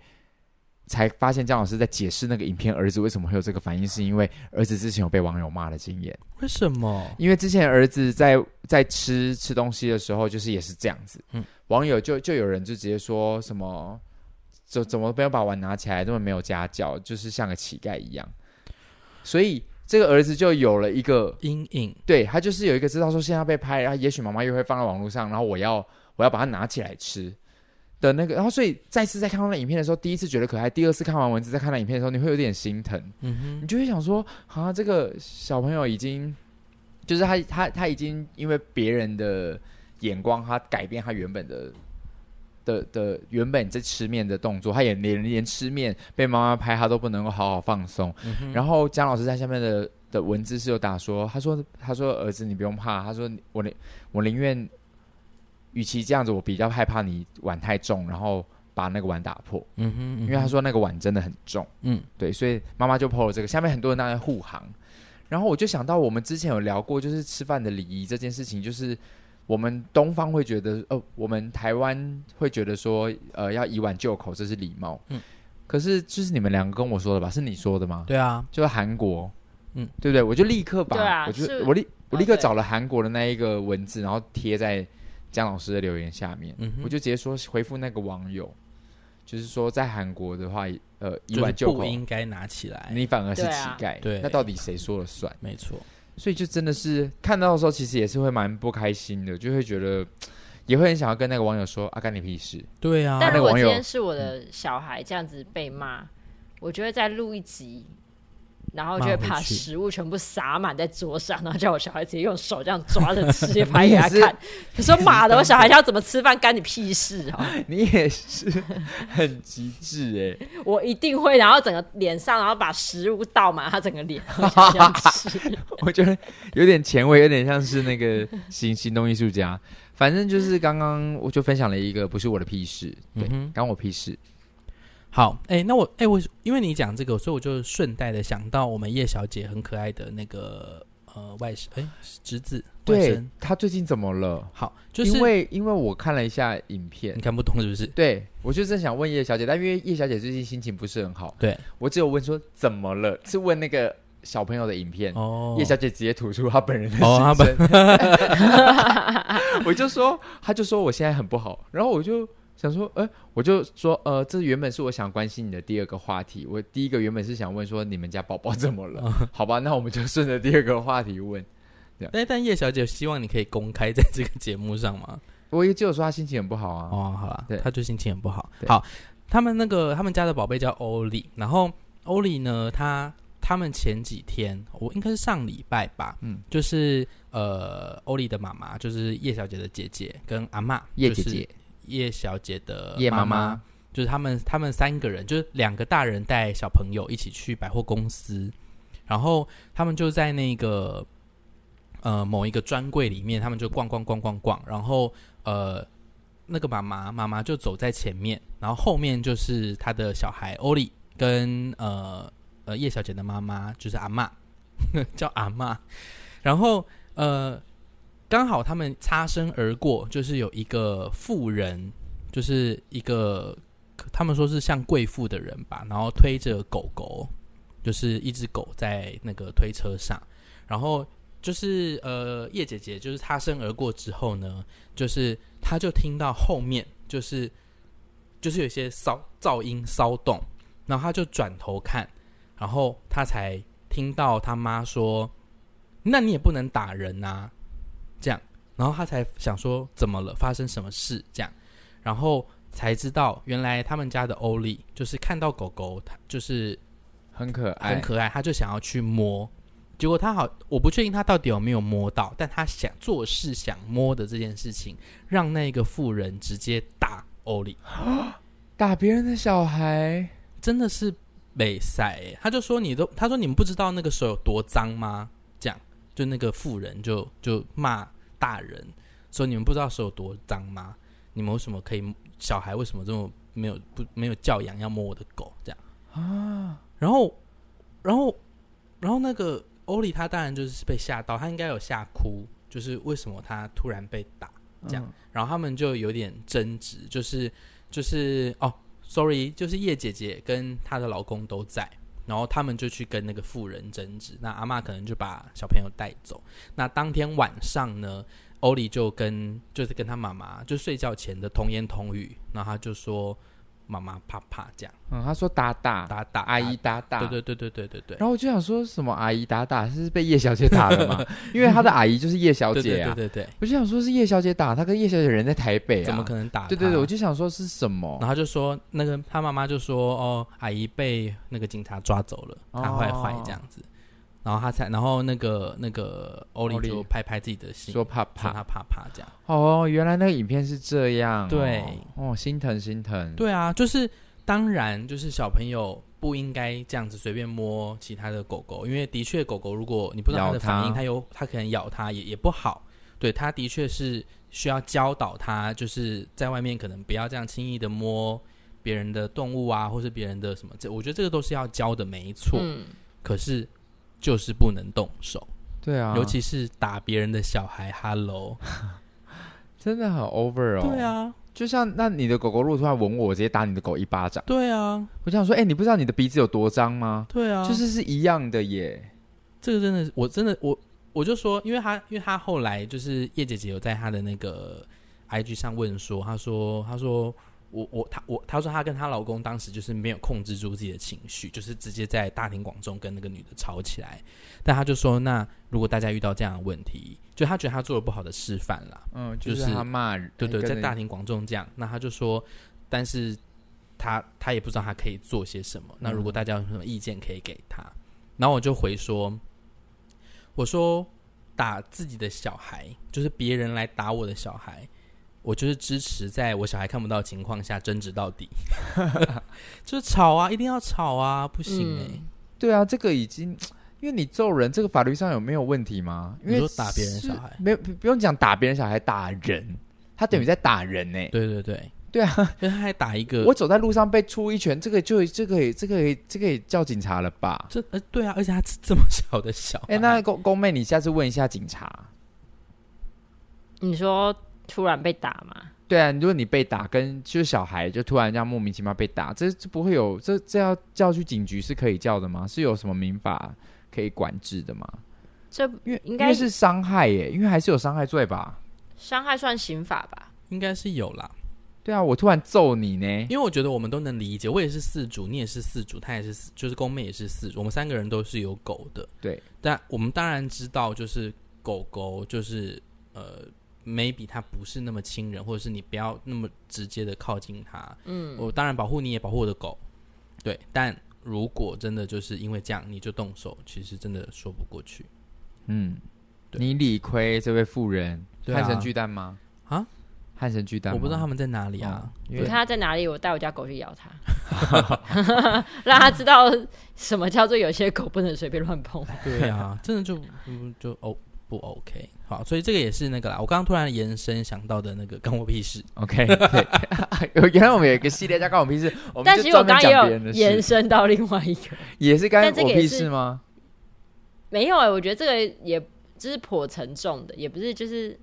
S1: 才发现姜老师在解释那个影片儿子为什么会有这个反应，是因为儿子之前有被网友骂的经验。
S2: 为什么？
S1: 因为之前儿子在在吃吃东西的时候，就是也是这样子，
S2: 嗯
S1: 网友就就有人就直接说什么，怎怎么没有把碗拿起来，这么没有家教，就是像个乞丐一样。所以这个儿子就有了一个
S2: 阴影
S1: 对他就是有一个知道说现在要被拍，然后也许妈妈又会放到网络上，然后我要我要把它拿起来吃的那个，然后所以再次在看到那影片的时候，第一次觉得可爱，第二次看完文字再看那影片的时候，你会有点心疼，
S2: 嗯
S1: 你就会想说啊，这个小朋友已经就是他他他已经因为别人的眼光，他改变他原本的。的的原本在吃面的动作，他也连连吃面被妈妈拍，他都不能够好好放松。
S2: 哼，嗯哼
S1: 然后姜老师在下面的的文字是有打说，他说他说儿子你不用怕，他说我宁我宁愿，与其这样子，我比较害怕你碗太重，然后把那个碗打破，
S2: 嗯哼，
S1: 因为他说那个碗真的很重，
S2: 嗯
S1: 对，所以妈妈就 PO 了这个，下面很多人当然护航，然后我就想到我们之前有聊过，就是吃饭的礼仪这件事情，就是。我们东方会觉得，呃，我们台湾会觉得说，呃，要以碗就口，这是礼貌。嗯
S2: 嗯，
S1: 可是就是你们两个跟我说的吧？是你说的吗？
S2: 对啊，
S1: 就是韩国，嗯
S2: 嗯，
S1: 对不对？我就立刻把，
S3: 对啊
S1: 我就是我立我立刻
S3: 哦对
S1: 找了韩国的那一个文字，然后贴在姜老师的留言下面，
S2: 嗯哼，
S1: 我就直接说回复那个网友，就是说在韩国的话，呃，一
S2: 就
S1: 碗
S2: 是
S1: 就
S2: 不
S1: 口，
S2: 应该拿起来，
S1: 你反而是
S3: 对
S1: 乞
S3: 啊
S1: 丐，
S2: 对
S1: 那到底谁说了算？
S2: 没错，
S1: 所以就真的是看到的时候，其实也是会蛮不开心的，就会觉得。也会很想要跟那个网友说啊，干你屁事！
S2: 对啊，
S3: 但
S1: 那
S3: 如
S1: 个
S3: 果
S1: 网
S3: 今
S1: 友
S3: 天是我的小孩这样子被骂，我就会再录一集，然后就会
S2: 骂回
S3: 把
S2: 去
S3: 食物全部撒满在桌上，然后叫我小孩直接用手这样抓着
S1: <laughs>
S3: 吃，也拍给
S1: 也
S3: 他
S1: 是
S3: 看。你说妈的，我小孩要怎么吃饭干你屁事啊！
S1: 你也是很极致哎、
S3: 我一定会，然后整个脸上，然后把食物倒满他整个脸，然后这样吃。
S1: <laughs> 我觉得有点前卫，有点像是那个行行动艺术家。反正就是刚刚我就分享了一个不是我的屁事，对，
S2: 嗯哼
S1: 干我屁事。
S2: 好，哎、那我，哎、我，因为你讲这个，所以我就顺带的想到我们叶小姐很可爱的那个呃外甥，哎、侄子外
S1: 对
S2: 甥。
S1: 他最近怎么了？
S2: 好，就是
S1: 因为因为我看了一下影片
S2: 你，看不懂是不是？
S1: 对我就正想问叶小姐，但因为叶小姐最近心情不是很好，
S2: 对，
S1: 我只有问说怎么了，是问那个小朋友的影片。
S2: 哦，
S1: 叶小姐直接吐出她本人的
S2: 哦
S1: 心
S2: 她
S1: 声， <laughs> 我就说，她就说我现在很不好，然后我就想说，哎、我就说，呃，这原本是我想关心你的第二个话题，我第一个原本是想问说你们家宝宝怎么了，
S2: 哦
S1: 好吧，那我们就顺着第二个话题问。
S2: 但但叶小姐希望你可以公开在这个节目上 <laughs> 吗？
S1: 我也只有说她心情很不
S2: <laughs>
S1: 好啊，
S2: 哦，好啦
S1: 对，
S2: 她就心情很不好。
S1: 对
S2: 好，他们那个他们家的宝贝叫欧丽，然后欧丽呢，她他们前几天，我应该是上礼拜吧，
S1: 嗯
S2: 嗯，就是呃，欧丽的妈妈就是叶小姐的姐姐跟阿嬷，
S1: 叶姐姐
S2: 就是叶小姐的
S1: 叶妈
S2: 妈
S1: 妈，
S2: 就是他们他们三个人，就是两个大人带小朋友一起去百货公司，然后他们就在那个呃某一个专柜里面，他们就逛逛逛逛逛，然后呃那个妈妈妈妈就走在前面，然后后面就是他的小孩欧丽跟呃呃叶小姐的妈妈，就是阿嬷， <laughs> 叫阿嬷，然后呃。刚好他们擦身而过，就是有一个妇人，就是一个他们说是像贵妇的人吧，然后推着狗狗，就是一只狗在那个推车上，然后就是呃叶姐姐就是擦身而过之后呢，就是她就听到后面就是就是有一些骚噪音骚动，然后她就转头看，然后她才听到她妈说：“那你也不能打人啊。”这样，然后他才想说怎么了，发生什么事这样，然后才知道原来他们家的欧丽就是看到狗狗，他就是
S1: 很可爱，
S2: 很可爱，他就想要去摸，结果他好，我不确定他到底有没有摸到，但他想做事想摸的这件事情，让那个妇人直接打欧丽，
S1: 打别人的小孩，
S2: 真的是美赛、欸，他就说你都，他说你们不知道那个手有多脏吗？这样。就那个妇人就就骂大人说：“你们不知道手有多脏吗？你们为什么可以？小孩为什么这么没有不没有教养，要摸我的狗这样啊？”然后，然后，然后那个欧里他当然就是被吓到，他应该有吓哭，就是为什么他突然被打这样？然后他们就有点争执，就是就是哦，sorry，就是叶姐姐跟她的老公都在。然后他们就去跟那个妇人争执，那阿妈可能就把小朋友带走。那当天晚上呢，欧里就跟就是跟他妈妈就睡觉前的童言童语，然后他就说妈妈啪啪这样
S1: 嗯，他说打打
S2: 打打
S1: 阿姨，打打，
S2: 对对对对对对对，
S1: 然后我就想说什么阿姨打打是被叶小姐打的
S2: <laughs>
S1: 吗？因为她的阿姨就是叶小
S2: 对
S1: 姐啊
S2: 对，对对对，
S1: 我就想说是叶小姐打，她跟叶小姐人在台北啊，
S2: 怎么可能打？
S1: 对对对，我。就想说是什么
S2: 然后他就说，那个他妈妈就说，哦，阿姨被那个警察抓走了，
S1: 哦
S2: 她坏坏这样子。然后他才，然后那个那个欧
S1: 欧
S2: 里
S1: 里
S2: 就拍拍自己的心，
S1: 说怕
S2: 说
S1: 怕
S2: 他啪啪这样。
S1: 哦，原来那个影片是这样哦，
S2: 对
S1: 哦，心疼心疼，
S2: 对啊，就是当然，就是小朋友不应该这样子随便摸其他的狗狗，因为的确狗狗如果你不知道它的
S1: 咬它
S2: 反应，它有它可能咬它也也不好。对，它的确是需要教导它，就是在外面可能不要这样轻易的摸别人的动物啊，或是别人的什么，这我觉得这个都是要教的，没错。
S3: 嗯，
S2: 可是就是不能动手，
S1: 对啊，
S2: 尤其是打别人的小孩。Hello，
S1: 真的很 over 哦，
S2: 对，啊，
S1: 就像那你的狗狗如果突然吻我，我直接打你的狗一巴掌，
S2: 对啊，
S1: 我就想说，哎，你不知道你的鼻子有多脏吗？
S2: 对啊，
S1: 就是是一样的耶，
S2: 这个真的是，我真的我我就说，因为他因为他后来就是叶姐姐有在她的那个 IG 上问说，她说她说我我她我她说她跟她老公当时就是没有控制住自己的情绪，就是直接在大庭广众跟那个女的吵起来。但她就说，那如果大家遇到这样的问题，就她觉得她做了不好的示范啦，
S1: 嗯，就
S2: 就是是
S1: 他骂人，
S2: 对对，
S1: 跟
S2: 在
S1: 人
S2: 大庭广众这样，那他就说，但是他他也不知道他可以做些什么。那如
S1: 嗯
S2: 果大家有什么意见可以给他，然后我就回说，我说打自己的小孩，就是别人来打我的小孩，我就是支持在我小孩看不到的情况下争执到
S1: <laughs>
S2: 底，就是吵啊，一定要吵啊，不行哎、
S3: 嗯
S1: 对啊，这个已经，因为你揍人，这个法律上有没有问题吗？因为
S2: 你说打别人
S1: 是
S2: 小孩嗯
S1: 没有不不用讲打别人小孩，打人，他等于在打人呢、
S2: 对对对
S1: 对啊，
S2: 因为他还打一个
S1: 我走在路上被出一拳，这个就这个也这个也这个也叫警察了吧？
S2: 这呃对啊，而且他这么小的小孩，
S1: 哎、那公公妹，你下次问一下警察。
S3: 你说突然被打吗？
S1: 对啊，如果你被打，跟就是小孩就突然这样莫名其妙被打，这这不会有这这要叫去警局是可以叫的吗？是有什么民法可以管制的吗？
S3: 这
S1: 因为
S3: 应该
S1: 因为是伤害耶，因为还是有伤害罪吧？
S3: 伤害算刑法吧？
S2: 应该是有啦。
S1: 对啊，我突然揍你呢，
S2: 因为我觉得我们都能理解，我也是四主，你也是四主，他也是四，就是公妹也是四主，我们三个人都是有狗的。
S1: 对，
S2: 但我们当然知道，就是狗狗就是呃，maybe 它不是那么亲人，或者是你不要那么直接的靠近它。嗯，我当然保护你也保护我的狗，对。但如果真的就是因为这样你就动手，其实真的说不过去
S1: 嗯，
S2: 对
S1: 你理亏这位妇人，
S2: 对啊
S1: 汉神巨蛋吗？
S2: 啊。
S1: 汉神巨蛋吗，
S2: 我不知道他们在哪里啊。
S1: 因
S3: 你
S1: 为
S3: 看它在哪里，我带我家狗去咬它，让它知 <laughs> 道什么叫做有些狗不能随便乱碰。
S2: 对啊，真的就嗯就哦不 OK。好，所以这个也是那个啦。我刚刚突然延伸想到的那个干我屁事。
S1: OK，对原来我们有一个系列叫“关我屁事”，我们
S3: 但
S1: 就
S3: 其实我
S1: 专门
S3: 刚
S1: 讲
S3: 刚
S1: 别
S3: 也
S1: 人
S3: 有
S1: 的
S3: 延
S1: 事，
S3: 伸到另外一个，
S1: 也是干
S3: 但这
S1: 我
S3: 个也
S1: 屁
S3: 是
S1: 事吗？
S3: 没有哎、我觉得这个也就是颇沉重的，也不是就是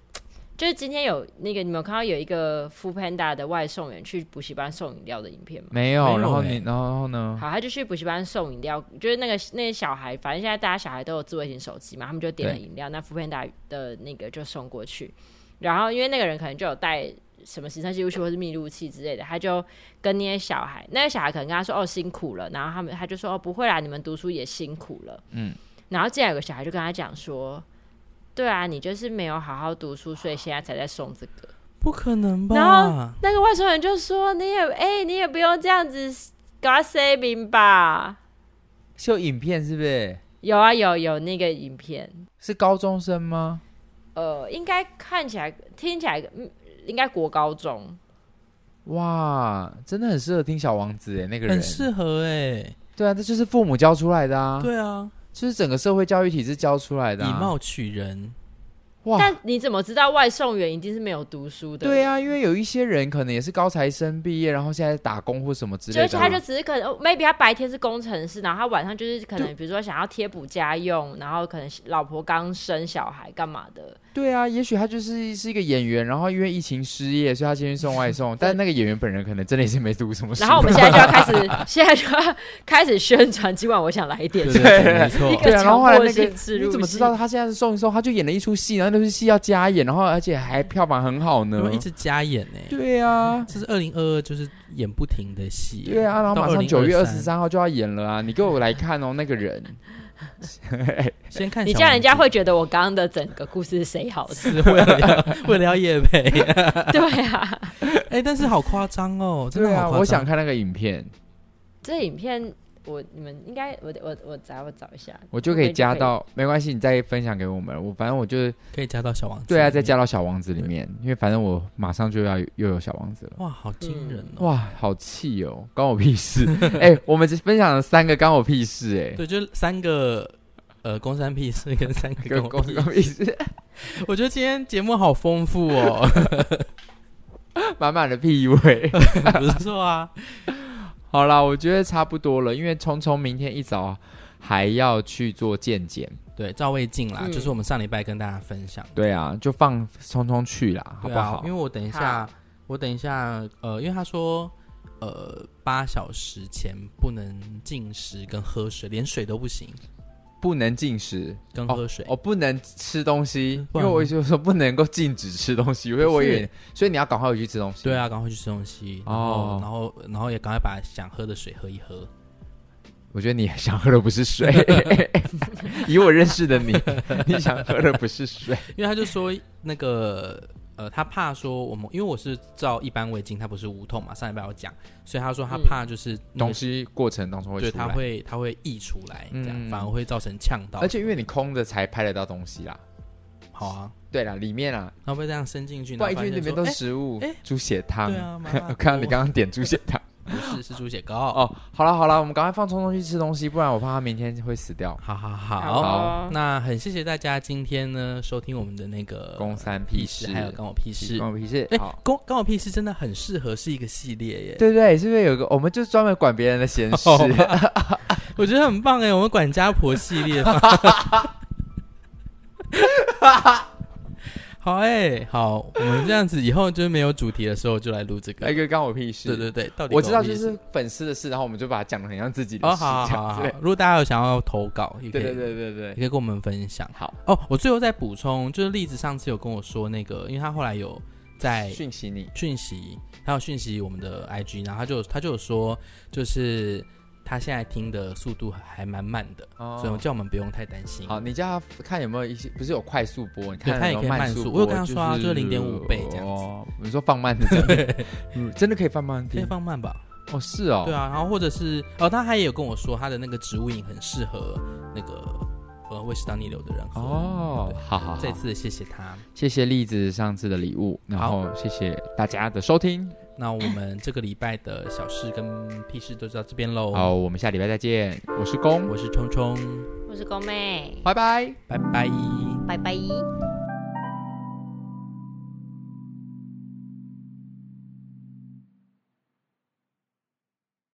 S3: 就是今天有那个你们有看到有一个 f o o Panda 的外送员去补习班送饮料的影片吗？
S1: 没有，
S2: 没有
S1: 然后你
S2: 欸
S1: 然后然后呢？
S3: 好，他就去补习班送饮料，就是那个那些小孩，反正现在大家小孩都有智慧型手机嘛，他们就点了
S1: 对
S3: 饮料，那福片达的那个就送过去。然后因为那个人可能就有带什么行车记录器或是密录器之类的，他就跟那些小孩，那个小孩可能跟他说哦辛苦了，然后他们他就说哦不会啦，你们读书也辛苦了，
S1: 嗯。
S3: 然后竟然有个小孩就跟他讲说，对啊，你就是没有好好读书，所以现在才在送这个。
S2: 不可能
S3: 然后
S2: 吧？
S3: 那个外送员就说：“你也哎、你也不用这样子给他 saving 吧。
S1: 是有影片是不是？”
S3: 有啊，有有那个影片，
S1: 是高中生吗？
S3: 呃，应该看起来、听起来，嗯，应该国高中。
S1: 哇，真的很适合听《小王子》哎，那个人
S2: 很适合哎。
S1: 对啊，这就是父母教出来的啊，，
S2: 对啊，
S1: 就是整个社会教育体制教出来
S2: 以
S1: 的、啊。
S2: 貌取人。
S1: 哇，
S3: 但你怎么知道外送员一定是没有读书的？
S1: 对、啊，因为有一些人可能也是高材生毕业，然后现在打工或什么之
S3: 就而
S1: 类
S3: 且
S1: 的
S3: 他
S1: 啊、
S3: 就只是可能、哦 maybe 他白天是工程师，然后他晚上就是可能，比如说想要贴补家用，然后可能老婆刚生小孩干嘛的，
S1: 对啊，也许他就是是一个演员，然后因为疫情失业，所以他先去送外送，
S3: <laughs>
S1: 但那个演员本人可能真的也是没读什么书。
S3: 然后我们现在就
S1: <laughs>
S3: 要开始，现在就要开始宣传，今晚我想来一点
S2: 对
S3: 什
S2: 对
S3: 么。
S2: 对，没
S1: <laughs>
S2: 错
S3: 一。
S1: 对啊，然后后来那
S3: 强迫
S1: 个
S3: 性植入
S1: 你怎么
S3: 性
S1: 知道他现在是送一送？他就演了一出戏，然后那出戏要加演，然后而且还票房很好
S2: 你
S1: 呢
S2: 们。一直加演呢、
S1: 对啊，
S2: 这是二零二二，就是演不停的戏。欸
S1: 对啊，然后马上九月二十
S2: 三，
S1: 三号就要演了啊！你给我来看哦，那个
S2: <laughs>
S1: 人，啊
S2: 先看
S3: 你
S2: 小
S3: 这样人家
S2: 王
S3: 会觉得我刚刚的整个故事是谁好的？
S2: 子 <laughs> 是为了要为了要夜配， <laughs>
S3: 对啊，
S2: 哎、但是好夸张哦，真的
S1: 对
S2: 好夸
S1: 啊，
S2: 张。
S1: 我想看那个影片，
S3: 这影片我你们应该我我我找我找一下，
S1: 我就可以加到，没关系，你再分享给我们。我反正我就
S2: 可以加到小王子。
S1: 对啊，再。加到小王子里面，因为反正我马上就要又有小王子了。
S2: 哇，好惊人哦！
S1: 哇，好气哦，关我屁事！ <laughs> 哎、我们只分享了三个关我屁事、哎，
S2: 对，就三个呃，公山屁事跟三个
S1: 跟
S2: 公
S1: 关我屁事，
S2: 我觉得今天节目好丰富哦，
S1: <laughs> 满满的屁味。 <laughs>
S2: 不错啊。
S1: 好啦，我觉得差不多了，因为聪聪明天一早还要去做健检。
S2: 对，赵魏静啦，
S3: 嗯
S2: 就是我们上礼拜跟大家分享，
S1: 对啊，就放聪聪去啦，好
S2: 对
S1: 不
S2: 啊
S1: 好？
S2: 因为我等一下，我等一下，呃，因为他说，呃，八小时前不能进食跟喝水，连水都不行，
S1: 不能进食，
S2: 跟喝水。
S1: 哦，不能吃东西
S2: 嗯，不
S1: 因为
S2: 然呢
S1: 我就说不能够禁止吃东西，因为我以为，所以你要赶快回去吃东西。
S2: 对，啊，赶快去吃东西，然后、
S1: 哦
S2: 然后然后也赶快把想喝的水喝一喝。
S1: 我觉得你想喝的不是水， <laughs> 以我认识
S2: <laughs>
S1: 的你，你想喝的不是水。
S2: 因为他就说那个呃，他怕说我们，因为我是照一般胃镜，他不是无痛嘛，上礼拜有讲，所以他说
S1: 嗯
S2: 他怕就是那个
S1: 东西过程当中会
S2: 对，
S1: 出
S2: 它
S1: 来，
S2: 会它会溢出来，这样
S1: 嗯
S2: 反而会造成呛到。
S1: 而且因为你空着才拍得到东西啦。
S2: 好啊，
S1: 对啦，里面啊，
S2: 它会这样伸进去，
S1: 不然一
S2: 然后
S1: 进
S2: 发
S1: 里
S2: 现
S1: 面
S2: 说
S1: 都是食物
S2: 哎哎，
S1: 猪血
S2: 哎
S1: 汤
S2: 对。啊，麻辣
S1: 我 <laughs> 看到你
S2: 锅
S1: 刚刚点猪血汤。
S2: 不是是猪血糕。
S1: 哦，好了好了，我们赶快放聪聪去吃东西，不然我怕他明天会死掉。
S2: 好好
S3: 好
S2: 好，
S3: 哦，
S2: 那很谢谢大家今天呢收听我们的那个
S1: 公三
S2: 屁
S1: 屁
S2: 事，
S1: 事
S2: 还有关我屁事。
S1: 关我屁事
S2: 哎。
S1: 好，
S2: 关关我屁事真的很适合是一个系列耶，
S1: 对对，是不是有个我们就专门管别人的闲
S2: 哦
S1: 事？
S2: 我觉得很棒哎，我们管家婆系列。好哎、好，我们这样子以后就是没有主题的时候就来录这个
S1: 那。个关我屁事。
S2: 对对对，到
S1: 哎
S2: 底
S1: 我知道
S2: 关
S1: 就
S2: 屁事
S1: 是粉丝的事，然后我们就把它讲的很像自己的
S2: 哦，
S1: 事，
S2: 好好
S1: 这
S2: 好
S1: 样
S2: 好
S1: 子。
S2: 如果大家有想要投稿，也可
S1: 对
S2: 以
S1: 对对对
S2: 也
S1: 对，
S2: 可以跟我们分享。
S1: 好，
S2: 哦，我最后再补充，就是栗子上次有跟我说那个，因为他后来有在
S1: 讯息你，
S2: 讯息，他有讯息我们的 IG，然后他就他就有说，就是他现在听的速度还蛮慢的，所以我
S1: 哦，
S2: 叫我们不用太担心。
S1: 好，你叫他看有没有一些，不是有快速播，你
S2: 对
S1: 看
S2: 他也
S1: 有
S2: 可以
S1: 没有
S2: 慢
S1: 慢
S2: 速
S1: 速
S2: 我有跟他说啊
S1: 播
S2: 就是
S1: 是
S2: 0.5倍这样子
S1: 哦，你说放
S2: <laughs>
S1: 慢的这样子，嗯，真的可以放慢
S2: 可以
S1: 听
S2: 放啊慢吧？
S1: 哦，是哦，
S2: 对啊，然后或者是哦，他还有跟我说，他的那个植物饮很适合那个呃威士当地流的人喝。
S1: 哦，好好好，
S2: 再次谢谢他。
S1: 谢谢栗子上次的礼物，然后谢谢大家的收听。
S2: 那我们这个礼拜的小事跟屁事都到这边喽。
S1: 好，我们下礼拜再见。我是公，
S2: 我是冲冲，
S3: 我是公妹，
S1: 拜拜。
S2: 拜拜。
S3: 拜拜。